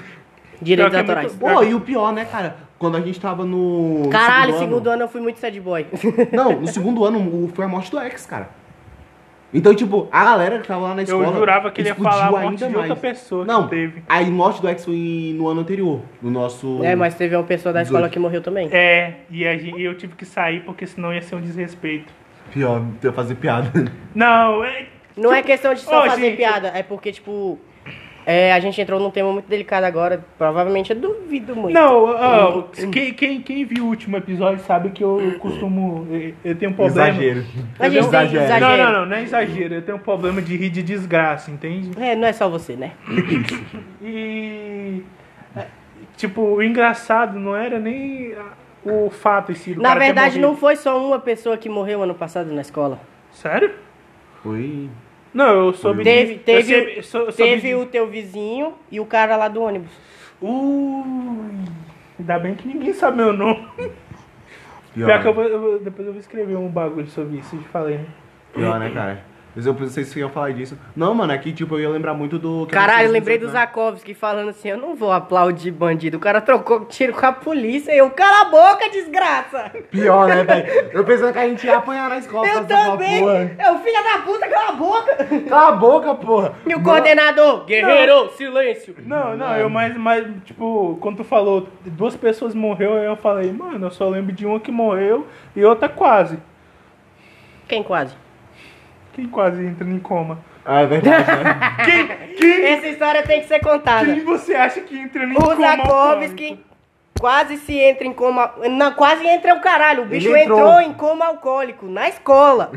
A: Pior
C: Direitos
A: que é
C: autorais.
A: muito-
B: Pô, e o pior, né, cara? Quando a gente tava no. no
C: Caralho, segundo ano eu fui muito sad boy.
B: Não, no segundo ano o- foi a morte do ex, cara. Então, tipo, a galera que tava lá na
A: Eu
B: escola.
A: jurava que ele ia
B: explodiu
A: falar a morte
B: ainda
A: de outra
B: mais.
A: pessoa que
B: Não,
A: teve.
B: A morte do ex foi no ano anterior. No nosso.
C: É, mas teve uma pessoa da escola
B: Doido.
C: que morreu também.
A: É, e a gen- e eu tive que sair porque senão ia ser um desrespeito.
B: Pior, eu ia fazer piada.
A: Não, é.
C: Não é questão de só
A: Ô,
C: fazer
A: gente.
C: piada, é porque, tipo, é, a gente entrou num tema muito delicado agora. Provavelmente eu duvido muito.
A: Não, ó, quem, quem, quem viu o último episódio sabe que eu costumo. Eu tenho um problema.
B: Exagero.
C: A gente tem
B: Exagero.
C: exagero.
A: Não, não, não, não é exagero. Eu tenho um problema de rir de desgraça, entende?
C: É, não é só você, né?
A: E. é, Tipo, o engraçado não era nem a- o fato em si. do
C: Na
A: cara ter
C: verdade, não
A: morrido.
C: foi só uma pessoa que morreu ano passado na escola.
A: Sério?
B: Foi.
A: Não, eu soube.
C: Teve,
A: de-
C: teve,
A: eu sei- sou- soube
C: teve
A: de-
C: o teu vizinho e o cara lá do ônibus.
A: Ui, ainda bem que ninguém sabe meu nome.
B: Pior,
A: Pior que eu vou, eu vou- depois eu vou escrever um bagulho sobre isso, eu te falei, né?
B: Pior, né, cara? Mas eu pensei que vocês iam falar disso. Não, mano, aqui, tipo, eu ia lembrar muito do. que
C: Caralho,
B: vocês
C: lembrei do
B: fizeram, né?
C: Zakovski falando assim: eu não vou aplaudir bandido. O cara trocou tiro com a polícia e eu, cala a boca, desgraça!
B: Pior, né, velho? Eu pensando que a gente ia apanhar na escola.
C: Eu
B: por causa dessa
C: também!
B: Porra.
C: Eu, filha da puta, cala a boca!
B: Cala a boca, porra!
C: E o coordenador, guerreiro, silêncio!
A: Não, não, eu mais, mais, tipo, quando tu falou duas pessoas morreu, aí eu falei, mano, eu só lembro de uma que morreu e outra quase.
C: Quem quase?
A: Quem quase entra em coma?
B: Ah, é verdade, né?
A: Quem, quem,
C: Essa história tem que ser contada.
A: quem você acha que entra em coma?
C: O Zakovski quase se entra em coma. Não, quase entra o caralho. O bicho
B: Ele
C: entrou.
B: entrou.
C: em coma alcoólico na escola.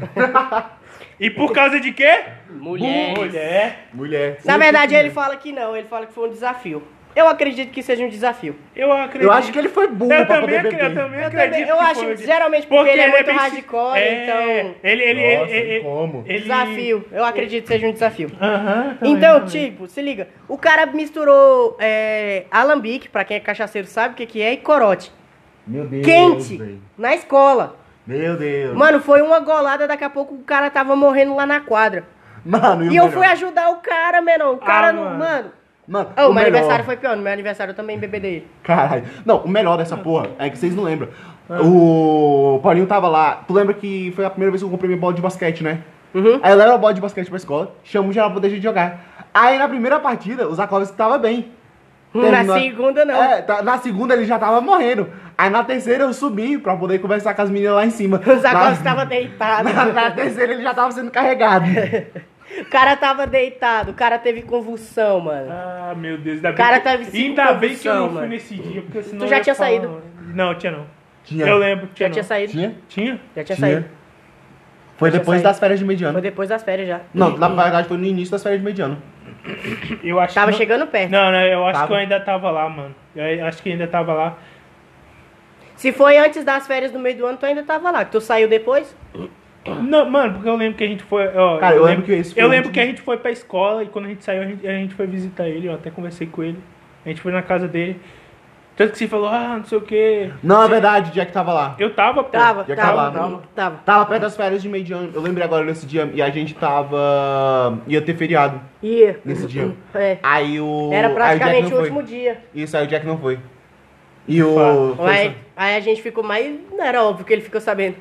A: E por causa de quê? Mulher.
B: Mulher.
C: Na verdade, ele fala que não, ele fala que foi um desafio. Eu acredito que seja um desafio.
A: Eu acredito.
B: Eu acho que ele foi burro
A: Eu
B: pra
A: também,
B: poder
A: acre-
B: beber.
A: eu também
C: Eu
A: acredito.
C: também- eu
A: que
C: acho
A: foi- um
C: geralmente porque ele é muito
A: bem se-
C: hardcore, então-
A: É, Ele, ele,
B: Nossa,
A: ele, ele-
B: como?
A: ele- Ah, é,
C: Desafio. Eu acredito que seja um desafio.
A: Aham. também,
C: Então,
A: também.
C: tipo, se liga. O cara misturou é, alambique, pra quem é cachaceiro sabe o que, que é, e corote.
B: Meu Deus.
C: Quente,
B: velho.
C: na escola.
B: Meu Deus.
C: Mano, foi uma golada, daqui a pouco o cara tava morrendo lá na quadra.
B: Mano, o
C: E eu
B: melhor?
C: fui ajudar o cara, menor. O cara
A: Ah,
C: não.
A: mano.
C: Mano.
B: Mano,
C: Oh,
B: o
C: meu
B: melhor-
C: aniversário foi pior. No meu aniversário eu também bebedei.
B: Caralho. Não, o melhor
C: Ah.
B: dessa porra é que vocês não lembram. O Paulinho tava lá. Tu lembra que foi a primeira vez que eu comprei minha bola de basquete, né?
C: Uhum.
B: Aí eu levo a bola de basquete pra escola, chamo geral pra poder gente jogar. Aí na primeira partida, o Zakovski tava bem.
C: Na
B: Terminou-
C: segunda, não.
B: É, tá- na segunda ele já tava morrendo. Aí na terceira eu subi pra poder conversar com as meninas lá em cima.
C: [laughs] O Zacob
B: na,
C: estava deitado.
B: na, [laughs] na terceira ele já tava sendo
C: [laughs]
B: carregado.
C: O cara tava deitado. O cara teve convulsão, mano.
A: Ah, meu Deus. Ainda bem
C: Cara,
A: que-
C: tava em
A: Ainda bem que eu não
C: convulsão,
A: fui
C: mano.
A: nesse dia, porque senão.
C: Tu já
A: eu ia
C: tinha
A: falar-
C: saído?
A: Não, tinha não.
B: Tinha.
A: Eu lembro que tinha.
C: Já tinha
A: não.
C: saído.
B: Tinha?
A: Tinha?
C: Já tinha,
B: Tinha.
C: saído.
B: Foi
C: Deixa
B: depois
C: eu sair.
B: das férias de
C: Foi
B: mediano.
C: depois das férias já.
B: Não, na verdade foi no início das férias de mediano.
A: Eu acho
C: Tava
A: que não-
C: chegando perto.
A: Não, não, eu acho
B: Tava.
A: que eu ainda tava lá, mano. Eu acho que ainda tava lá.
C: Se foi antes das férias do meio do ano, tu ainda tava lá. Tu saiu depois?
A: Não, mano, porque eu lembro que a gente foi. ó,
B: Cara, eu lembro que esse foi
A: Eu
B: o
A: lembro
B: último-
A: que a gente foi pra escola e quando a gente saiu, a gente, a gente foi visitar ele, eu até conversei com ele. A gente foi na casa dele. Tanto que você falou, ah, não sei o quê.
B: Não, é verdade, o Jack tava lá.
A: Eu tava, pô.
C: Tava,
B: Já
C: tava,
B: acabava.
C: tava.
B: Tava perto das férias de mediano. Eu lembrei agora desse dia. E a gente tava. ia ter feriado
C: Ia.
B: nesse dia.
C: É.
B: Aí o.
C: Era
B: aí o
C: praticamente
B: Jack
C: o
B: não
C: último
B: foi.
C: dia.
B: Isso, aí o Jack não foi. E o.
A: Fala.
B: foi
C: Aí, aí a gente ficou mais. Não era óbvio que ele ficou sabendo.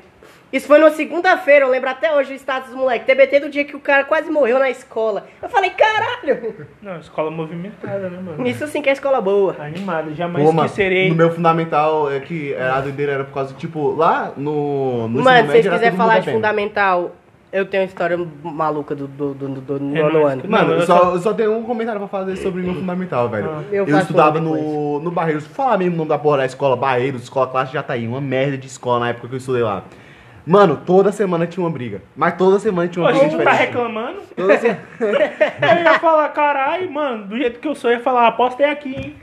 C: Isso foi numa segunda-feira, eu lembro até hoje o status do moleque. TBT do dia que o cara quase morreu na escola. Eu falei, caralho!
A: Não, escola movimentada, né, mano?
C: Isso sim que é escola boa.
A: Animado, jamais
B: Pô, mano,
A: esquecerei.
B: No meu fundamental é que era a doideira era por causa, tipo, lá no. no ensino
C: Mano, se vocês
B: médio era
C: quiserem
B: todo
C: falar
B: mundo
C: de
B: bebendo.
C: fundamental, eu tenho uma história maluca do, do, do, do, do nono
A: nóis,
C: ano.
A: que-
B: Mano,
A: Não, eu
B: eu só,
A: só-
B: eu só tenho um comentário pra fazer sobre o meu fundamental, velho.
A: Ah.
C: Eu
B: eu
C: faço
B: estudava
C: depois.
B: no, no Barreiros. Vou falar mesmo o nome da porra da escola, Barreiros, Escola Classe Jataí. Uma merda de escola na época que eu estudei lá. Mano, toda semana tinha uma briga. Mas toda semana tinha
A: Pô,
B: uma
A: a
B: briga
C: um
A: gente tá
B: é diferente.
A: reclamando.
B: Toda semana.
A: É, Eu ia falar, caralho, mano, do jeito que eu sou, eu ia falar, aposta é aqui, hein?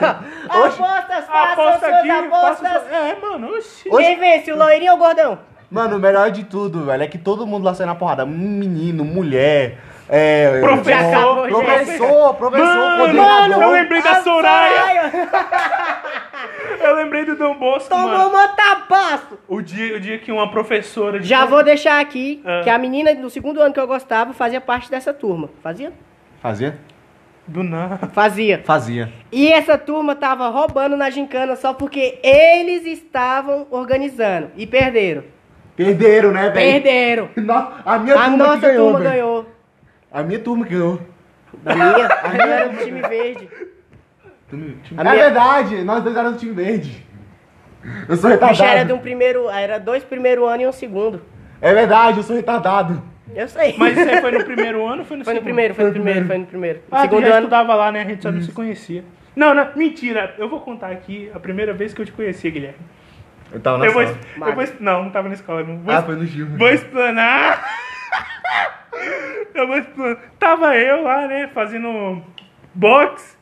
C: Ah, apostas, façam
A: Aposta
C: suas
A: aqui,
C: apostas!
A: aposta. É, mano, oxi.
C: Quem vence, o loirinho ou o gordão?
B: Mano, o melhor de tudo, velho, é que todo mundo lá sai na porrada. Um Menino, mulher, é,
A: Professor,
B: é,
C: acabou, gente.
B: professor, professor,
A: Mano,
B: coordenador.
A: eu lembrei da
C: A
A: Soraya. Eu lembrei do Dom Bosco,
C: Tomou
A: mano.
C: um tapaço!
A: O dia, o dia que uma professora... de-
C: Já vou deixar aqui
A: Ah.
C: que a menina do segundo ano que eu gostava fazia parte dessa turma. Fazia?
B: Fazia?
A: Do nada.
C: Fazia.
B: Fazia.
C: E essa turma tava roubando na gincana só porque eles estavam organizando. E perderam.
B: Perderam, né, velho?
C: Perderam.
B: [laughs] No- A minha
C: A
B: turma
C: nossa
B: que ganhou,
C: turma
B: velho.
C: ganhou.
B: A minha turma que ganhou.
C: Da minha? A minha era do time verde.
B: é
C: A minha-
B: verdade, nós dois éramos do time verde. Eu sou
C: A bicha era
B: retardado.
C: de um primeiro. Era dois primeiro ano e um segundo.
B: É verdade, eu sou retardado.
C: Eu sei.
A: Mas isso aí foi no primeiro ano ou foi no
C: Foi no
A: segundo?
C: primeiro, foi no primeiro, foi no primeiro. No
A: Ah, tu
C: segundo
A: já
C: ano.
A: estudava lá, né? A gente só não se conhecia. Não, não, mentira. Eu vou contar aqui a primeira vez que eu te conheci, Guilherme.
B: Eu tava na
A: Eu vou,
B: sala.
A: eu vou- Não, não tava na escola. Não. Vou,
B: Ah, foi no Gil.
A: vou explanar. eu vou explanar. Tava eu lá, né, fazendo boxe,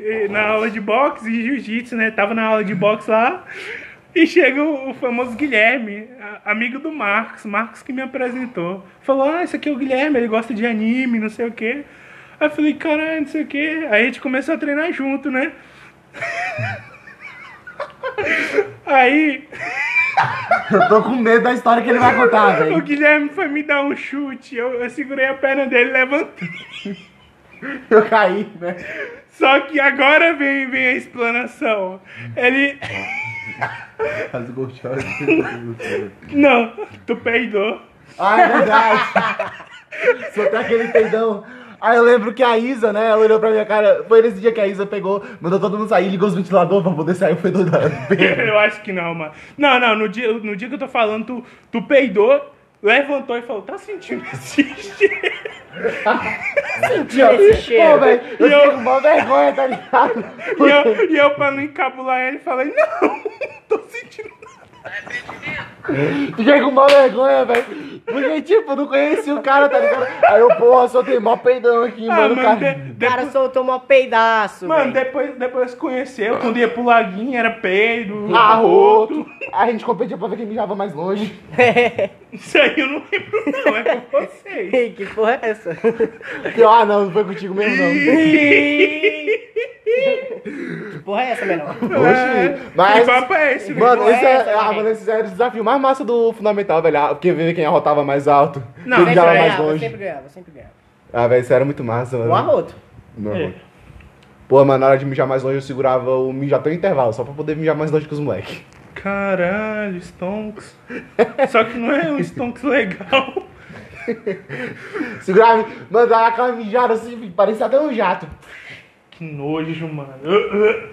A: eh, na aula de boxe e jiu-jitsu, né? Tava na aula de boxe lá. E chega o o famoso Guilherme, a- amigo do Marcos, Marcos que me apresentou. Falou, ah, esse aqui é o Guilherme, ele gosta de anime, não sei o quê. Aí eu falei, caralho, não sei o quê. Aí a gente começou a treinar junto, né? [laughs] Aí
B: Eu tô com medo da história que ele vai contar,
A: O
B: velho.
A: Guilherme foi me dar um chute, eu, eu segurei a perna dele, levantei.
B: Eu caí, né?
A: Só que agora vem, vem a explanação. Ele.
B: As gostosa. [laughs]
A: Não, tu peidou.
B: Ah, é verdade. [laughs] Só tem aquele peidão. Aí eu lembro que a Isa, né, ela olhou pra minha cara. Foi nesse dia que a Isa pegou, mandou todo mundo sair, ligou os ventiladores pra poder sair o fedor da
A: Eu acho que não, mano. Não, não, no dia, no dia que eu tô falando, tu, tu peidou, levantou e falou: tá sentindo esse cheiro?
B: Sentia
C: esse cheiro.
B: Pô, velho, eu
A: E eu-
B: fiquei com maior vergonha, tá ligado?
A: E eu, e eu, pra não encabular ele, falei: não, tô sentindo.
B: Fiquei com maior vergonha, velho. Porque, tipo, eu não conhecia o cara, tá ligado? Aí eu, porra, só tem mó peidão aqui,
A: Ah,
B: mano.
A: mano,
B: cara.
A: de-
C: O cara
A: depois,
C: soltou mó peidaço.
A: mano,
C: velho.
A: depois, depois conheceu, quando ia pro laguinho, era peido,
B: Ah, Arroto. A gente competia pra ver quem mijava mais longe.
A: Isso aí eu não lembro, não, é com vocês.
C: Ei, [laughs] que porra é essa?
B: Eu, ah, não, não foi contigo mesmo, não.
C: que porra é essa, menor?
B: Oxi,
A: Que
B: mas.
A: papo é esse, velho?
B: Mano, esse
C: Essa,
B: é, ah,
C: velho.
B: mano, esse era o desafio mais massa do fundamental, velho. Ah, Porque ver quem arrotava mais alto,
A: Não, é sempre
B: quem mijava mais
C: ganhava,
B: longe.
C: sempre ganhava, sempre ganhava.
B: Ah, velho, isso era muito massa, velho.
C: Um arroto.
B: No
A: É.
B: arroto. Pô, mano, na hora de mijar mais longe, eu segurava o mijar até o intervalo, só pra poder mijar mais longe com os moleques.
A: Caralho, Stonks. Só que não é um Stonks legal.
B: [laughs] Segurava, mano, dava aquela mijada assim, parecia até um jato.
A: Que nojo, mano. Uh,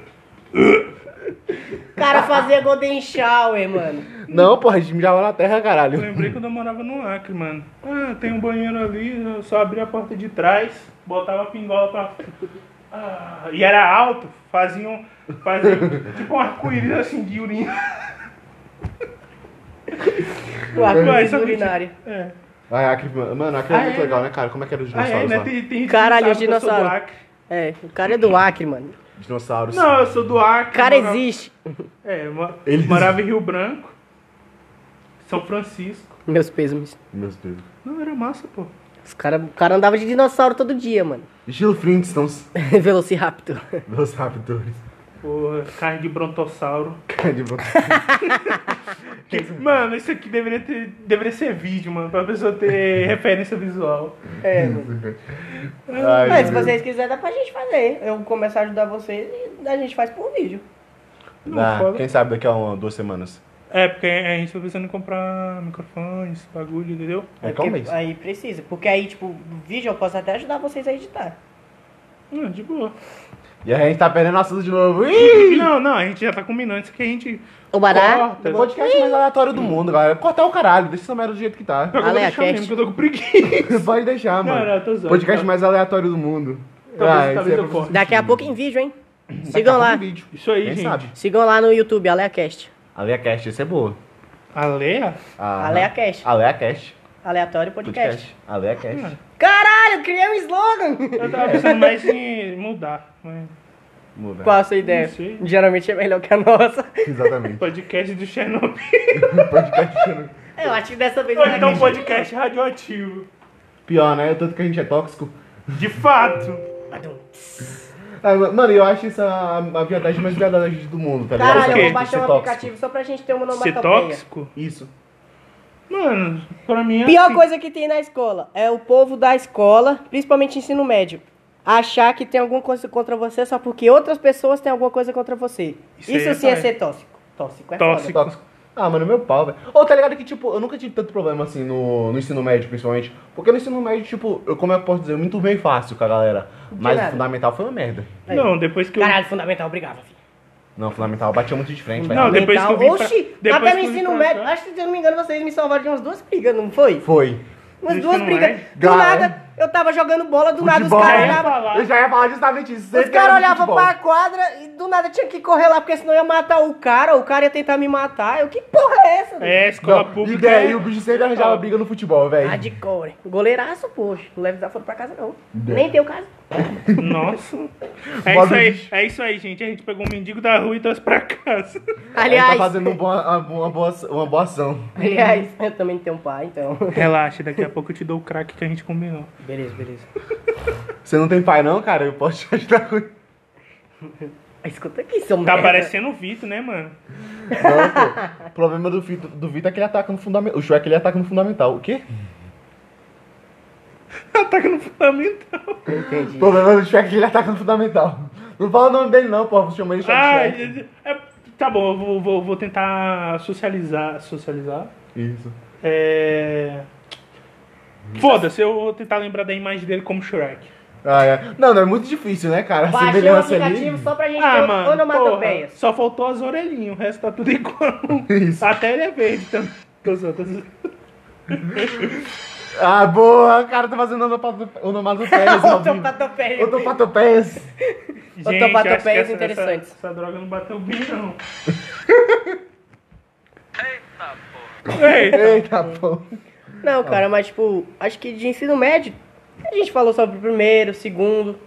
A: uh.
C: O cara fazia Golden Shower, mano.
B: Não, porra, a gente mijava na terra,
A: Eu
B: caralho.
A: lembrei quando eu morava no Acre, mano. Ah, tem um banheiro ali, eu só abria a porta de trás, botava a pingola pra. [laughs] Ah, e era alto, faziam, faziam tipo um arco-íris assim de urina.
C: O
A: Ué,
C: arco
A: só que-
C: urinária.
A: É.
B: Ai, Acre, mano, Acre é
A: Ah,
B: muito
A: é?
B: legal, né, cara? Como é que era os
A: Ah, é,
B: dinossauros
A: né?
B: lá?
A: Tem, tem gente que
C: Caralho,
A: sabe que eu sou do
C: dinossauro.
A: Acre.
C: É, o cara é do Acre, mano.
B: Dinossauros.
A: Não, eu sou do Acre.
C: O cara
A: morava-
C: existe.
A: É, eu mo-
B: Ele-
A: morava em Rio Branco, São Francisco.
C: Meus pêsames.
B: Meu Deus.
A: Não, era massa, pô.
C: Os cara, o cara andava de dinossauro todo dia, mano. [laughs]
B: Gil Flintstone, os [laughs]
C: Velociraptor.
B: raptores. [laughs]
A: Porra, carne de brontossauro.
B: De volta.
A: Mano, isso aqui deveria, ter, deveria ser vídeo, mano, pra pessoa [laughs] ter referência visual.
C: É, mano.
B: Hum. Ai,
C: Mas se
B: meu
C: vocês quiserem, dá pra gente fazer. Eu começo a ajudar vocês e a gente faz por vídeo.
B: Deus. Ah,
A: fala.
B: quem sabe daqui a uma, duas semanas.
A: É, porque a gente tá pensando em comprar microfone, esse bagulho, entendeu?
B: É
C: porque-
B: calma isso.
C: Aí precisa. Porque aí, tipo, o vídeo eu posso até ajudar vocês a editar.
A: Não, de boa.
B: E a gente tá perdendo assunto de novo. Ih!
A: Não, não, a gente já tá combinando isso que a gente.
C: O Bará?
B: O
A: Corta.
B: podcast mais aleatório do mundo, galera. Cortar o caralho, deixa essa merda do jeito que tá.
A: Agora eu vou
C: Ale,
A: deixar
C: a
A: mesmo,
C: cast.
A: que eu tô com preguiça.
B: [laughs] Pode deixar,
A: Não,
B: mano.
A: não, tô zoando.
B: podcast
A: Tá.
B: mais aleatório do mundo.
A: Talvez-
B: Ah,
A: talvez
B: isso é
A: eu
B: pra-
A: corte.
C: Daqui a pouco em vídeo, hein?
B: Daqui a
C: Sigam
B: pouco
C: lá.
B: tem vídeo.
A: [laughs] Isso aí,
B: Quem
A: gente.
B: sabe?
C: Sigam lá no YouTube, AleaCast.
B: Aleacast, esse é boa.
A: Alea?
B: Ah,
C: AleaCast.
B: Aleacast.
C: Aleatório podcast.
B: Podcast.
A: Ah,
B: Aleacast.
C: Caralho, criei um slogan!
A: Eu tava pensando mais em mudar, mas.
B: Muda.
C: Qual a sua ideia?
A: Não sei.
C: Geralmente é melhor que a nossa.
B: [laughs] Exatamente.
A: Podcast do Chernobyl.
B: podcast.
C: Eu acho que dessa vez
A: Ou
C: vai
A: então
C: dar-
A: podcast radioativo.
B: Pior, né? Tanto que a gente é tóxico.
A: De fato.
B: Tá Ah, ma- mano, eu acho isso a, a viadagem mais viadagem do mundo, tá ligado?
C: Caralho, eu vou
A: Tóxico.
C: baixar um
B: Ser
C: aplicativo só pra gente ter uma
A: Ser
C: onomatopeia.
A: tóxico?
B: Isso.
A: Mano, pra mim é.
C: Pior
A: assim.
C: coisa que tem na escola é o povo da escola, principalmente ensino médio, achar que tem alguma coisa contra você só porque outras pessoas têm alguma coisa contra você.
A: Isso
C: Isso,
A: aí é
C: sim é
A: tóxico.
C: ser tóxico. Tóxico é
A: Tóxico.
C: tóxico.
B: Tóxico. Ah, mano, meu pau, velho. Ou tá ligado que, tipo, eu nunca tive tanto problema assim no, no ensino médio, principalmente. Porque no ensino médio, tipo, eu, como eu posso dizer, eu me enturmei fácil com a galera. Mas o
C: nada.
B: fundamental foi uma merda.
A: Não, depois que eu.
C: Caralho, fundamental, obrigado, filho.
B: Não, o fundamental eu batia muito de frente, velho.
A: Não, depois que eu vim pra-
C: Oxi,
A: depois
C: até
A: que
C: no
A: eu vim
C: ensino
A: pra
C: médio,
A: cá.
C: acho que se eu não me engano, vocês me salvaram de umas duas brigas, não foi?
B: Foi.
A: No
C: Umas duas
A: ensino
C: brigas.
A: médio?
C: Do
B: Cara,
C: nada,
A: é
C: eu tava jogando bola, do nada os
B: Futebol,
A: já
C: caras
A: ia
C: olhavam.
A: falar.
B: Eu já ia falar justamente isso.
C: Os
B: Sempre era
C: caras
B: no
C: olhavam
B: futebol.
C: pra quadra e do nada tinha que correr lá, porque senão ia matar o cara, o cara ia tentar me matar. Eu, que porra é essa?
A: É, escola
B: Não, e
A: pública.
B: daí
A: é-
B: o bicho sempre arranjava briga no futebol, velho.
C: Hardcore. Tá Goleiraço, poxa. Não leva desaforo pra casa, não.
B: Deu.
C: Nem tem o caso.
A: Nossa. É
B: Bora,
A: isso aí,
B: bicho.
A: é isso aí, gente. A gente pegou um mendigo da rua e trouxe pra casa. [laughs]
B: Ele
C: Aliás,
B: tá fazendo um bo- uma, uma boa, uma boa ação.
C: aliás, [laughs] eu também não tenho um pai, então.
A: Relaxa, daqui a pouco eu te dou o crack que a gente combinou.
C: Beleza, beleza.
B: Você não tem pai, não, cara? Eu posso te ajudar com isso.
C: Escuta aqui, seu
A: Tá
C: merda.
A: parecendo o Vito, né, mano? [laughs]
B: Não, pô. O problema do Vito, do Vito é que ele ataca no fundamental. O show é que ele ataca no fundamental. O quê?
A: Ataque no fundamental.
C: Entendi.
B: O problema do Shrek é que ele ataca no fundamental. Não fala o nome dele, não, pô. Chama ele só de
A: Ah,
B: Shrek.
A: é- é- tá bom, eu vou, vou, vou tentar socializar. Socializar?
B: Isso.
A: É. Foda-se, eu vou tentar lembrar da imagem dele como Shrek.
B: Ah, é. Não, não, é muito difícil, né, cara? A
C: Baixei um
B: semelhança
C: aplicativo
B: ali.
C: só pra gente
A: Ah,
C: ter
A: mano, porra,
C: onomatopeias.
A: só faltou as orelhinhas, o resto tá tudo igual.
B: Isso.
A: Até ele é verde também. Tô zoando, tô zoando.
B: Ah, boa, cara, tá fazendo onomato- onomatopeias.
C: [laughs]
B: ao vivo.
C: Onomatopeia.
B: Onomatopeias.
A: Gente, eu
C: [laughs] Onomatopeias
A: acho que essa-
C: interessantes.
A: Essa, essa droga não bateu bem, não. Eita,
B: Eita, pô. Ah.
C: Não, cara, mas tipo, acho que de ensino médio, a gente falou sobre o primeiro, o segundo.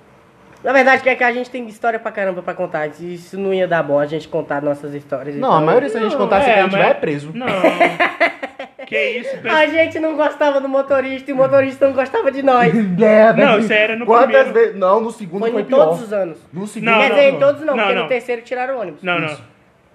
C: Na verdade, que é que a gente tem história pra caramba pra contar. Isso não ia dar bom a gente contar nossas histórias.
B: Não, a
C: então-
B: maioria se a gente contasse que a gente
A: mas-
B: vai é preso. [laughs]
A: Não.
C: [laughs]
A: que isso,
C: A
A: pessoal.
C: gente não gostava do motorista e o motorista não gostava de
B: [laughs]
C: nós.
B: É, velho.
A: Não, isso era no
B: Quantas
A: primeiro.
B: vezes? Não, no segundo
C: Foi
B: foi,
C: em
B: pior.
C: todos os anos.
B: No segundo
A: Não,
C: Quer
A: não,
C: dizer,
A: não.
C: em todos não,
A: Não,
C: porque
A: não.
C: no terceiro tiraram o ônibus.
A: Não, não.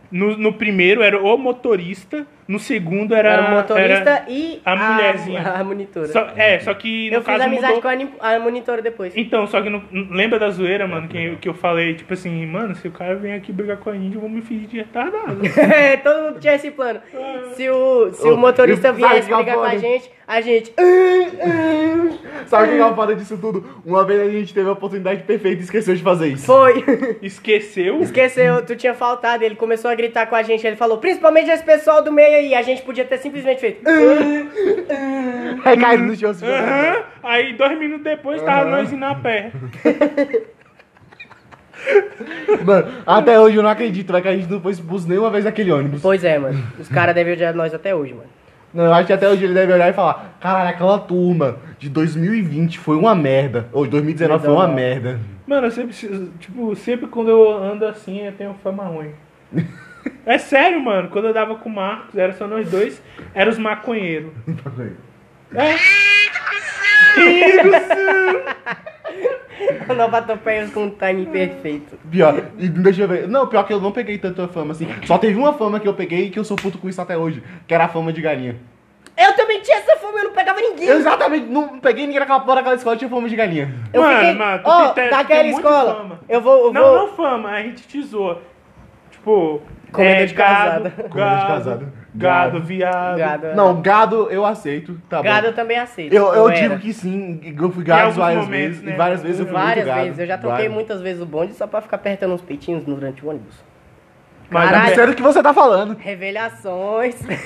A: No, no primeiro era o motorista, no segundo era.
C: Era o motorista
A: era-
C: e
A: a mulherzinha.
C: A, monitora.
A: Só- é, só que no
C: eu fiz
A: caso
C: amizade
A: mudou.
C: com a, ni- a monitora depois. [laughs]
A: Então, só que no- lembra da zoeira, mano, que, que eu falei, tipo assim, mano, se o cara vem aqui brigar com a índia, eu vou me fingir de
B: [laughs]
A: retardado.
C: É, Todo mundo tinha esse plano. Se o, se
B: Oh,
C: o motorista
B: eu-
C: viesse
B: sabe qual
C: brigar com a
B: foi?
C: gente, a gente. "Ah,
B: Sabe o que é uma foda disso tudo? Uma vez a gente teve a oportunidade perfeita e esqueceu de fazer isso. [laughs]
C: Foi. [laughs]
A: Esqueceu?
C: Esqueceu, tu tinha faltado. Ele começou a gritar com a gente. Ele falou, principalmente esse pessoal do meio aí. A gente podia ter simplesmente feito. "Ah."
B: Aí caiu É no chão,
A: [laughs]
B: se jogando.
A: Aham. Aí dois minutos depois tava nós indo a pé.
B: Mano, até hoje eu não acredito, vai que a gente não foi expulso nenhuma vez daquele ônibus.
C: Pois é, mano. Os caras devem odiar nós até hoje, [laughs] mano.
B: Não, eu acho que até hoje ele deve olhar e falar: caralho, aquela turma de 2020 foi uma merda. Ou de 2019 foi uma merda.
A: Mano, eu sempre, tipo, sempre quando eu ando assim, eu tenho fama
B: [laughs]
A: ruim. É sério, mano. Quando eu dava com o Marcos, era só nós dois, era os maconheiros. É.
C: Novatopeias com um timing perfeito.
B: Pior, e deixa eu ver. Não, pior que eu não peguei tanta fama assim. Só teve uma fama que eu peguei e que eu sou puto com isso até hoje, que era a fama de galinha.
C: Eu também tinha essa fome, eu não pegava ninguém.
B: Eu exatamente não peguei ninguém naquela porra daquela escola tinha fama de galinha.
C: Eu
A: Mano,
C: fiquei,
A: mano, tu
C: ó,
A: tem- tu
C: daquela
A: tem muita
C: escola,
A: fama.
C: eu vou, eu
A: Não,
C: vou,
A: não fama, a gente te zoa. Tipo,
C: Comida
A: é,
C: de
A: gado,
C: casada.
B: Comida de
A: gado,
B: casada.
A: Gado, viado.
C: Gado. né?
B: Não, gado eu aceito, tá
C: Gado eu
B: bom.
C: também aceito.
B: Eu, eu
C: era.
B: digo que sim, eu fui gado
A: alguns
B: várias
A: momentos,
B: vezes.
A: né?
B: E várias vezes eu fui
C: Várias
B: muito gado.
C: vezes, eu já toquei
B: Várias.
C: muitas vezes o bonde só pra ficar apertando uns peitinhos durante o ônibus.
A: Mas
B: Eu não
C: Caralho.
B: sei do que você tá falando.
C: Revelações.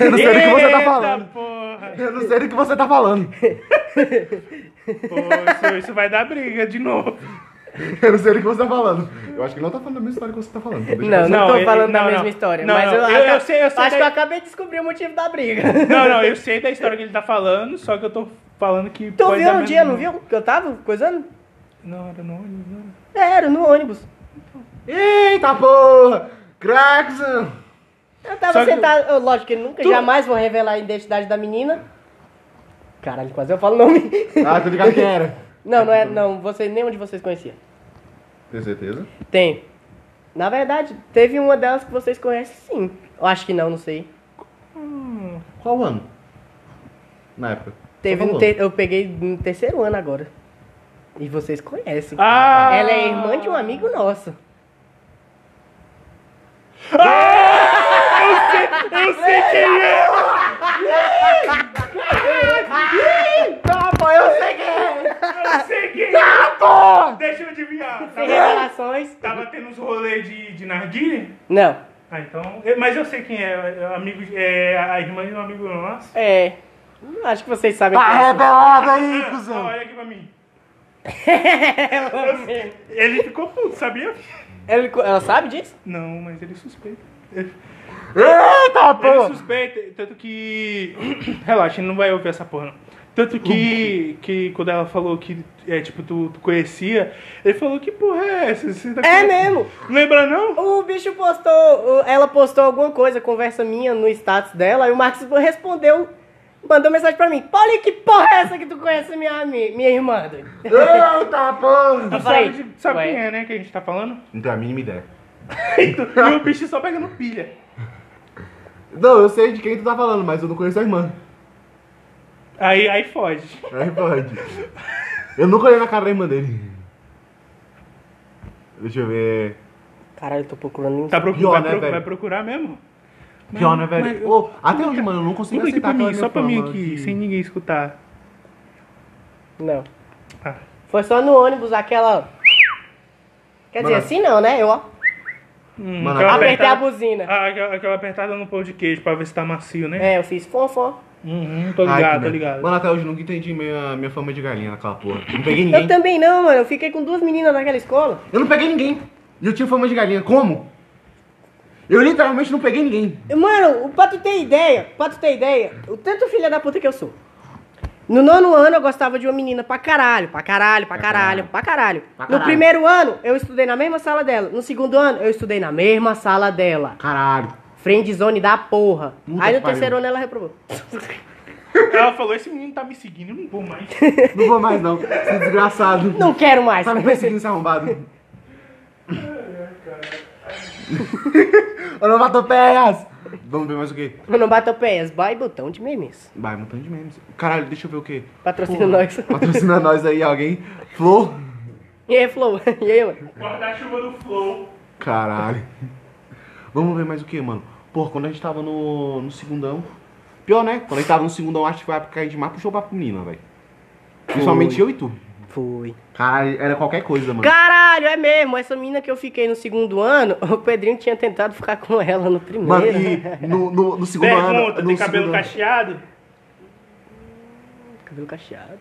B: [laughs] Eu não sei do que você tá
A: Eita,
B: falando.
A: Porra.
B: Eu não sei do que você tá falando.
A: Pô, isso, isso vai dar briga de novo.
B: Eu não sei do que você tá falando. Eu acho que ele não tá falando a mesma história que você tá falando. então deixa
C: Não, não,
A: Não,
C: tô
A: eu-
C: falando da
A: não,
C: mesma
A: não.
C: história,
A: Não,
C: mas
A: não,
C: eu,
A: eu- eu
C: aca-
A: sei, eu sei
C: acho
A: da-
C: que eu acabei de descobrir o motivo da briga. [laughs]
A: Não, não, eu sei da história que ele tá falando, só que eu tô falando que.
C: Tu
A: pode
C: viu
A: dar
C: um dia, não
A: merda.
C: viu? Que eu tava coisando?
A: Não, era no ônibus, não.
C: É, Era, no ônibus.
B: Eita porra! Crackson!
C: Eu tava
A: Só que-
C: sentado, eu- lógico que eu nunca,
A: Tu-
C: jamais vou revelar a identidade da menina. Caralho, quase eu falo o nome. [laughs]
B: Ah, tô ligado quem era.
C: Não, não é, não, você, nenhum de vocês conhecia.
B: Tem certeza?
C: Tem. Na verdade, teve uma delas que vocês conhecem sim. Eu acho que não, não sei.
B: Qual ano? Na época. Tá
C: Teve
B: Só
C: um
B: falou.
C: te- Eu peguei no terceiro ano agora. E vocês conhecem.
A: Ah!
C: Ela é irmã de um amigo nosso.
A: Eu sei quem é!
B: Tapa, eu sei quem é!
A: Eu sei quem é!
B: Tapa!
A: Deixa eu
C: [laughs]
A: adivinhar.
C: Tem
A: Tava,
C: revelações?
A: tava tendo uns rolês de, de narguilha?
C: Não.
A: Ah, então. eu- Mas eu sei quem é. é Amigo, de- é a irmã de um amigo nosso.
C: É. Acho que vocês sabem.
B: Tá
C: quem é.
B: revelado aí,
A: Ah,
B: cuzão!
A: olha aqui pra mim.
C: Ela mesmo.
A: Ele ficou puto, sabia?
C: Ele co- Ela sabe disso?
A: Não, mas ele suspeita.
B: Eita
A: Ele
B: porra!
A: suspeita, tanto que. [clears throat] Relaxa, ele não vai ouvir essa porra, não. Tanto
B: Uhum.
A: que, que quando ela falou que, é, tipo, tu, tu conhecia, ele falou que porra é essa? Você tá
C: É
A: conhe-
C: mesmo.
A: Lembra não?
C: O bicho postou, o- ela postou alguma coisa, conversa minha no status dela, e o Marcos respondeu, mandou mensagem pra mim. Paulinho, que porra é essa que tu conhece minha, ami- minha irmã? doido?"
B: Eita porra!
A: Tu
C: falei,
A: sabe, de- sabe
C: ué.
A: quem é, né, que a gente tá falando?
B: Não tenho a mínima ideia.
A: E, tu- e o bicho só pegando pilha.
B: Não, eu sei de quem tu tá falando, mas eu não conheço a irmã.
A: Aí, aí foge.
B: Aí pode. Eu nunca olhei na cara da irmã dele. Deixa eu ver.
C: Caralho, eu tô procurando.
A: Tá procurando,
B: Pior,
A: vai,
B: né,
A: pro-
B: velho?
A: vai procurar mesmo?
B: Pior, né, velho?
A: mas-
B: Ô, até hoje, mano, eu não consigo
A: Manda aqui
B: aceitar
A: pra
B: que ela
A: mim, só
B: é minha
A: pra
B: fã,
A: mim
B: mano,
A: aqui,
B: que-
A: sem ninguém escutar.
C: Não.
A: Ah.
C: Foi só no ônibus aquela. Quer dizer,
B: Mano. Tá
C: assim não, né? Eu ó,
A: Hum,
B: Mano,
A: aquela
C: apertei a
A: apertada-
C: buzina.
A: Ah, aquela, aquela apertada no pão de queijo pra ver se tá macio, né?
C: É, eu fiz fonfó.
A: Uhum, tô
B: Ai,
A: ligado,
B: que
A: tô
B: merda.
A: ligado.
B: né? Mano, até hoje eu nunca entendi minha, minha fama de galinha naquela porra. Não peguei ninguém.
C: Eu também não, mano. Eu fiquei com duas meninas naquela escola.
B: Eu não peguei ninguém. E eu tinha fama de galinha. Como? Eu literalmente não peguei ninguém.
C: Mano, pra tu ter ideia, pra tu ter ideia, o tanto filha da puta que eu sou. No nono ano eu gostava de uma menina pra caralho, pra caralho, pra
B: Pra
C: caralho,
B: caralho.
C: pra caralho.
B: Pra
C: No
B: caralho.
C: primeiro ano eu estudei na mesma sala dela. No segundo ano eu estudei na mesma sala dela.
B: Caralho.
C: Friendzone da porra.
B: Puta
C: Aí
B: que
C: no terceiro
B: pariu.
C: ano ela reprovou.
A: Ela falou, esse menino tá me seguindo, eu não vou
C: [laughs]
A: mais.
B: Não vou mais, não. Esse desgraçado.
C: Não quero mais.
B: Tá me perseguindo, esse arrombado. Onomatopeias! Vamos ver mais o quê?
C: Mano, bateu PS, vai botão de memes.
B: Vai, um montão de memes. Caralho, deixa eu ver o quê?
C: Patrocina
B: Porra.
C: nós. [laughs]
B: Patrocina [laughs] nós aí, alguém. Flor?
C: E aí, Flow? [laughs] E aí, mano?
A: Guarda-chuva do Flow.
B: Caralho. Vamos ver mais o que, mano? Porra, quando a gente tava no, no segundão. Pior, né? Quando a gente tava no segundão, acho que foi a época que a gente mais puxou papo menina, velho. Principalmente eu e tu.
C: Fui.
B: Caralho, era qualquer coisa, mano.
C: Caralho, é mesmo. Essa menina que eu fiquei no segundo ano, [laughs] o Pedrinho tinha tentado ficar com ela no primeiro.
B: Mano, e no, no, no segundo ano.
A: Pergunta,
B: no
A: tem cabelo
B: segundo ano-
A: cacheado?
C: [laughs] Cabelo cacheado.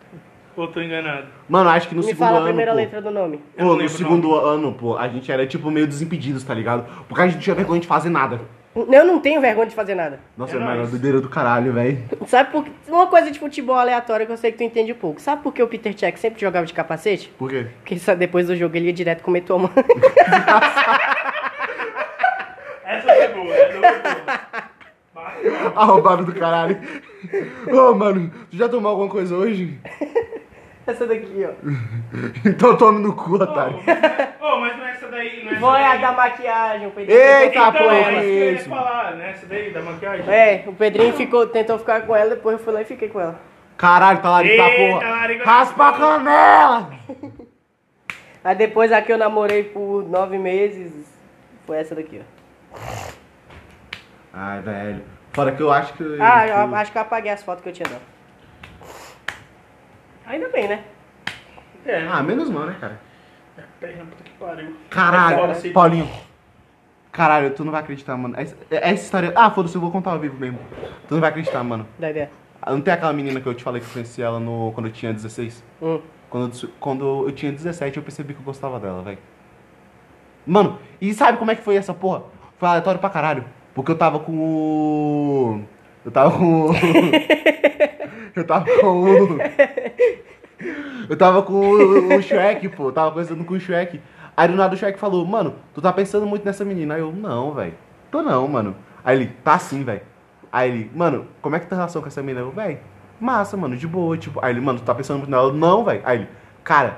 A: Ou tô enganado?
B: Mano, acho que no
C: Me
B: segundo
C: fala a
B: ano.
C: primeira
B: pô,
C: letra do nome.
A: Eu não
B: Pô, no
A: lembro o
B: segundo ano, pô, a gente era tipo meio desimpedidos, tá ligado? Porque a gente tinha vergonha de fazer nada.
C: Eu não tenho vergonha de fazer nada. [laughs]
B: Nossa,
A: É
B: mas era
A: nóis.
B: doideira do caralho, velho.
C: Sabe por que- Uma coisa de futebol aleatória que eu sei que tu entende pouco. Sabe por que o Peter Check sempre jogava de capacete?
B: Por quê?
C: Porque só depois do jogo ele ia direto comer tua mãe. [laughs]
A: Essa foi boa, essa foi boa.
B: [laughs] Arrombado do caralho. Ô, mano, tu já tomou alguma coisa hoje?
C: Essa daqui, ó.
B: [laughs] Então tome no cu, otário.
A: Oh, mas não é essa daí, não é essa
C: Foi a
A: daí.
C: da maquiagem, o Pedrinho.
B: Eita,
C: tentou ficar com
A: Então,
C: ela.
A: é isso que eu
B: isso.
A: ia falar, né? Essa daí, da maquiagem.
C: É, o Pedrinho ficou, tentou ficar com ela, depois eu fui lá e fiquei com ela.
B: Caralho, tá talarico da
A: Eita,
B: porra.
A: talarico da
B: Raspa a canela!
C: Aí depois a que eu namorei por nove meses foi essa daqui, ó.
B: Ai, velho. Fora que eu acho que.
C: Ah,
B: que-
C: eu acho que eu apaguei as fotos que eu tinha dado. Ainda bem, né?
A: É,
B: Ah, menos mal, né, cara?
A: perna, puta que pariu. Agora sim.
B: Caralho, Paulinho. Caralho, tu não vai acreditar, mano. Essa, essa história. Ah, foda-se, eu vou contar ao vivo mesmo. Tu não vai acreditar, mano.
C: Dá ideia.
B: Não tem aquela menina que eu te falei que eu conheci ela no, quando eu tinha 16?
C: Hum.
B: Quando eu, dis- quando eu tinha 17, eu percebi que eu gostava dela, velho. Mano, e sabe como é que foi essa porra? Foi aleatório pra caralho. Porque eu tava com o. Eu tava com o. eu tava com o. Eu tava com o, o Shrek, pô. Eu tava conversando com o Shrek. Aí do nada o Shrek falou, mano, tu tá pensando muito nessa menina. Aí eu, não, velho. Tô não, mano. Aí ele, tá sim, velho. Aí ele, mano, como é que tá a relação com essa menina? Eu, velho, massa, mano, de boa. Tipo, aí ele, mano, tu tá pensando muito nela? Eu, não, velho. Aí ele, cara,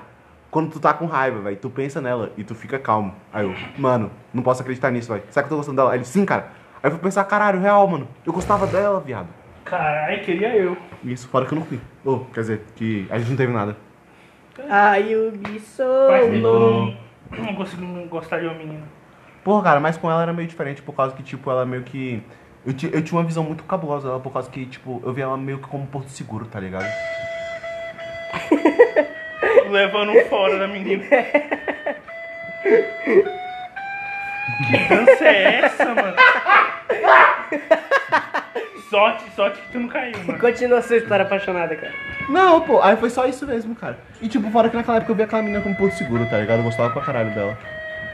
B: quando tu tá com raiva, velho, tu pensa nela e tu fica calmo. Aí eu, mano, não posso acreditar nisso, velho. Será que eu tô gostando dela? Aí ele, sim, cara. Aí eu fui pensar, caralho, real, mano. Eu gostava dela, viado.
A: Caralho, queria eu.
B: Isso, fora que eu não fui. Ô, quer dizer, que a gente não teve nada.
C: Ai, o bicho.
A: Faz tempo que eu
C: louco.
A: não- não consigo não gostar de uma menina.
B: Porra, cara, mas com ela era meio diferente por causa que, tipo, ela meio que. Eu, ti- eu tinha uma visão muito cabulosa dela por causa que, tipo, eu via ela meio que como Porto Seguro, tá ligado?
A: Levando um fora da menina. Que dança é essa, mano? Sorte, sorte que tu não caiu, mano.
C: Continua sua história apaixonada, cara.
B: Não, pô, aí foi só isso mesmo, cara. E, tipo, fora que naquela época eu via aquela menina como Porto Seguro, tá ligado? Eu gostava pra caralho dela.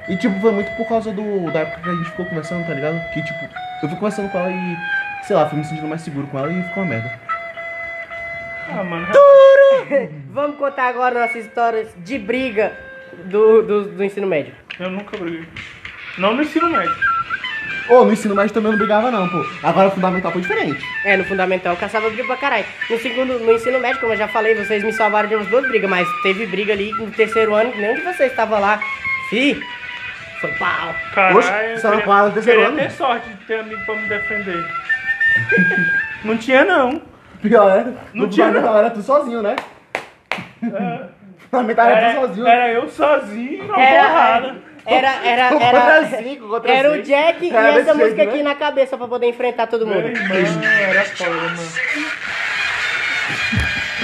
B: E, tipo, foi muito por causa do, da época que a gente ficou conversando, tá ligado? Que, tipo, eu fui conversando com ela e, sei lá, fui me sentindo mais seguro com ela e ficou uma merda.
A: Ah, mano.
C: Vamos contar agora nossas histórias de briga do, do, do ensino médio.
A: Eu nunca briguei. Não no ensino médio.
B: Ô, no ensino médio também eu não brigava, não, pô. Agora o fundamental foi diferente.
C: É, no fundamental eu caçava briga pra caralho. No segundo, no ensino médio, como eu já falei, vocês me salvaram de umas duas brigas, mas teve briga ali no terceiro ano, que nenhum de vocês estava lá. Fi, foi pau.
A: Caralho,
B: Oxe,
A: eu
B: você era
A: queria-
B: com ela no terceiro
A: queria
B: ano?
A: ter sorte de ter amigo pra me defender. não tinha, não.
B: Pior era.
A: Não
B: no
A: tinha,
B: fundamental era tu sozinho, né? fundamental era
A: É,
B: tu sozinho.
A: era eu sozinho na
C: Era,
A: porrada.
C: era, era,
B: Contra
C: era,
B: cinco, contra
C: era o
B: seis.
C: Jack e
B: Era
C: essa
B: desse
C: música
B: jeito,
C: aqui
B: né?
C: na cabeça pra poder enfrentar todo
A: Meu
C: mundo.
A: irmão, era foda, mano.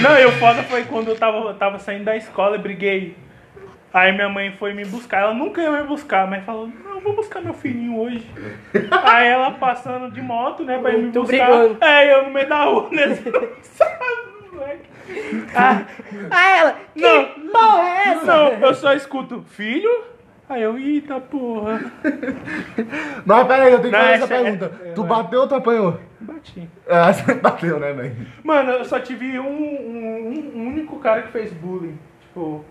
A: Não, e o foda foi quando eu tava, eu tava saindo da escola e briguei. Aí minha mãe foi me buscar. Ela nunca ia me buscar, mas falou: Não, eu vou buscar meu filhinho [laughs] hoje. Aí ela passando de moto, né, pra ir me
C: Tu
A: buscar.
C: brigando.
A: É, eu no meio da rua, né? moleque. Ah,
C: Ah, ela, que
A: Não.
C: porra é essa?
A: não, eu só escuto: Filho? Aí eu, eita porra.
B: Mas pera aí, eu tenho
A: Não,
B: que fazer essa
A: essa é-
B: pergunta.
A: é,
B: tu
A: vai. É.
B: bateu ou tu apanhou?
A: Bati.
B: Ah, [laughs] você bateu, né, velho?
A: Mano, eu só tive um, um- um- um único cara que fez bullying. Tipo,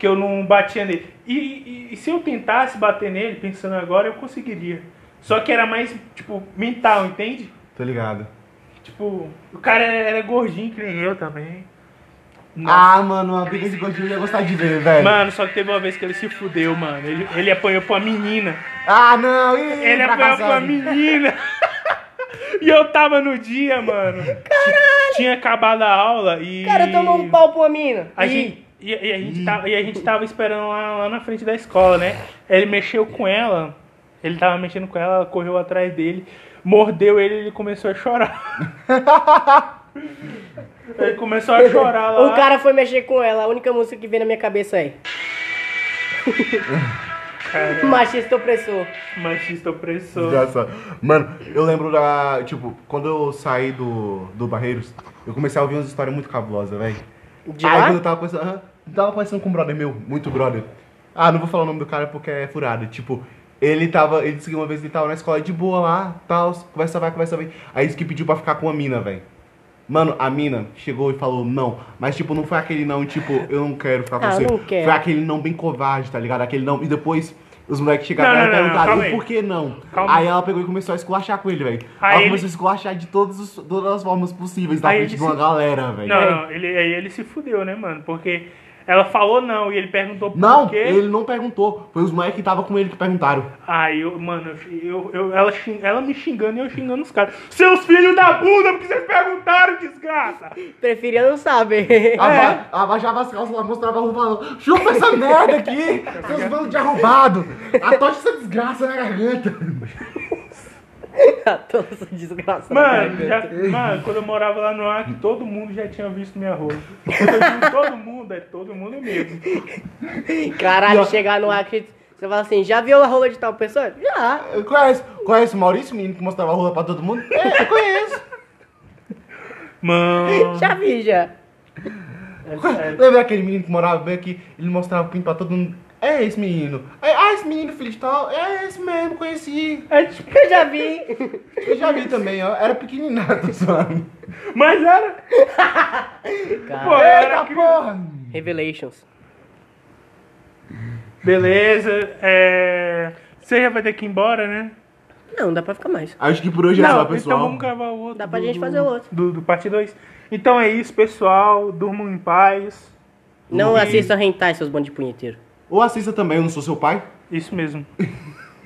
A: que eu não batia nele. E, e- e se eu tentasse bater nele, pensando agora, eu conseguiria. Só que era mais, tipo, mental, entende?
B: Tô ligado.
A: Tipo, o cara era, era gordinho que nem eu também.
B: Ah, mano, uma briga de gordinho eu ia gostar de ver,
C: é.
B: velho.
A: Mano, só que teve uma vez que ele se fudeu, mano. Ele, ele apanhou pra uma menina.
B: Ah, não, ih,
A: Ele apanhou
B: fracassado.
A: pra uma menina. [laughs] E eu tava no dia, mano. Caralho! Tinha acabado a aula e.
C: O cara tomou um pau pra uma mina.
A: A
C: Ih,
A: gente, e, e a gente tava, e a gente tava esperando lá, lá na frente da escola, né? Ele mexeu com ela, ele tava mexendo com ela, ela correu atrás dele, mordeu ele e ele começou a chorar.
C: [laughs]
A: ele começou a chorar lá.
C: O cara foi mexer com ela, a única música que vem na minha cabeça é
A: Cara,
C: Machista opressor.
A: machista opressor.
B: Desgraçado. Mano, eu lembro da. Tipo, quando eu saí do, do Barreiros, eu comecei a ouvir umas histórias muito cabulosas, velho.
C: De
B: Aí
C: lá?
B: quando eu tava conversando. aham, tava conversando com um brother meu, muito brother. Ah, não vou falar o nome do cara porque é furado. Tipo, ele tava. Ele disse que uma vez ele tava na escola de boa lá, tal, conversa vai, conversa vem. Aí disse que pediu pra ficar com a mina, velho. Mano, a mina chegou e falou não. Mas, tipo, não foi aquele não, tipo, eu não quero ficar com
C: Ah,
B: você.
C: não quero.
B: Foi aquele não bem covarde, tá ligado? Aquele não. E depois os moleques chegaram
A: Não,
B: lá e
A: não, não, não,
B: perguntaram
A: calma
B: "E
A: aí.
B: por que não?
A: Calma.
B: Aí ela pegou e começou a esculachar com ele, velho.
A: Aí
B: Ela
A: ele-
B: começou a esculachar de todos os- todas as formas possíveis, da
A: Aí
B: frente
A: ele
B: de uma
A: se-
B: galera, velho.
A: Não, não, ele, aí ele se fudeu, né, mano? Porque ela falou não e ele perguntou por
B: Não,
A: quê.
B: ele não perguntou. Foi os moleques que tava com ele que perguntaram.
A: Ai, eu, mano, eu, eu, ela, xing- ela me xingando e eu xingando os caras. Seus filhos da bunda, porque vocês perguntaram, desgraça!
C: Preferia
A: [laughs]
C: não
A: É.
C: saber.
A: Ah,
B: Aba- Abaixava as calças lá, mostrava a roupa falando, chupa essa
A: [laughs]
B: merda aqui, seus bandos de arrombado. Atocha essa desgraça na garganta.
C: [laughs] Todos desgraçados.
A: Mano, já- mano, quando eu morava lá no Acre, todo mundo já tinha visto minha roupa. Quando eu digo todo mundo, é todo mundo mesmo.
C: Caralho,
B: Pior-
C: chegar no Acre, você fala assim, já viu a rola de tal pessoa? [laughs] Já.
B: Conhece, conhece o Maurício, menino que mostrava a rola pra todo mundo? É, eu conheço.
A: Mano.
C: Já vi, já.
B: É. Lembra aquele menino que morava bem aqui? Ele mostrava o pinto pra todo mundo. É esse menino. É, ah, esse menino filho de tal. É esse mesmo, conheci.
A: É tipo,
C: Eu já vi.
A: [laughs]
B: Eu já vi também, ó. Era né, pequeninato, sabe?
A: mas era. Pô,
C: Cara,
A: era
B: Eita
A: que...
B: porra!
C: Revelations.
A: Beleza, é. Você já vai ter que ir embora, né?
C: Não, dá pra ficar mais.
B: Acho que por hoje é
A: Não,
B: só,
A: então
B: pessoal.
A: vamos gravar o outro.
C: Dá pra
A: do-
C: gente
A: do-
C: fazer o outro.
A: Do, do parte 2. Então é isso, pessoal. Durmam em paz.
C: Não
A: E-
C: assista Hentai, seus bandos de punheteiro.
B: Ou assista também, eu não sou seu pai.
A: Isso mesmo.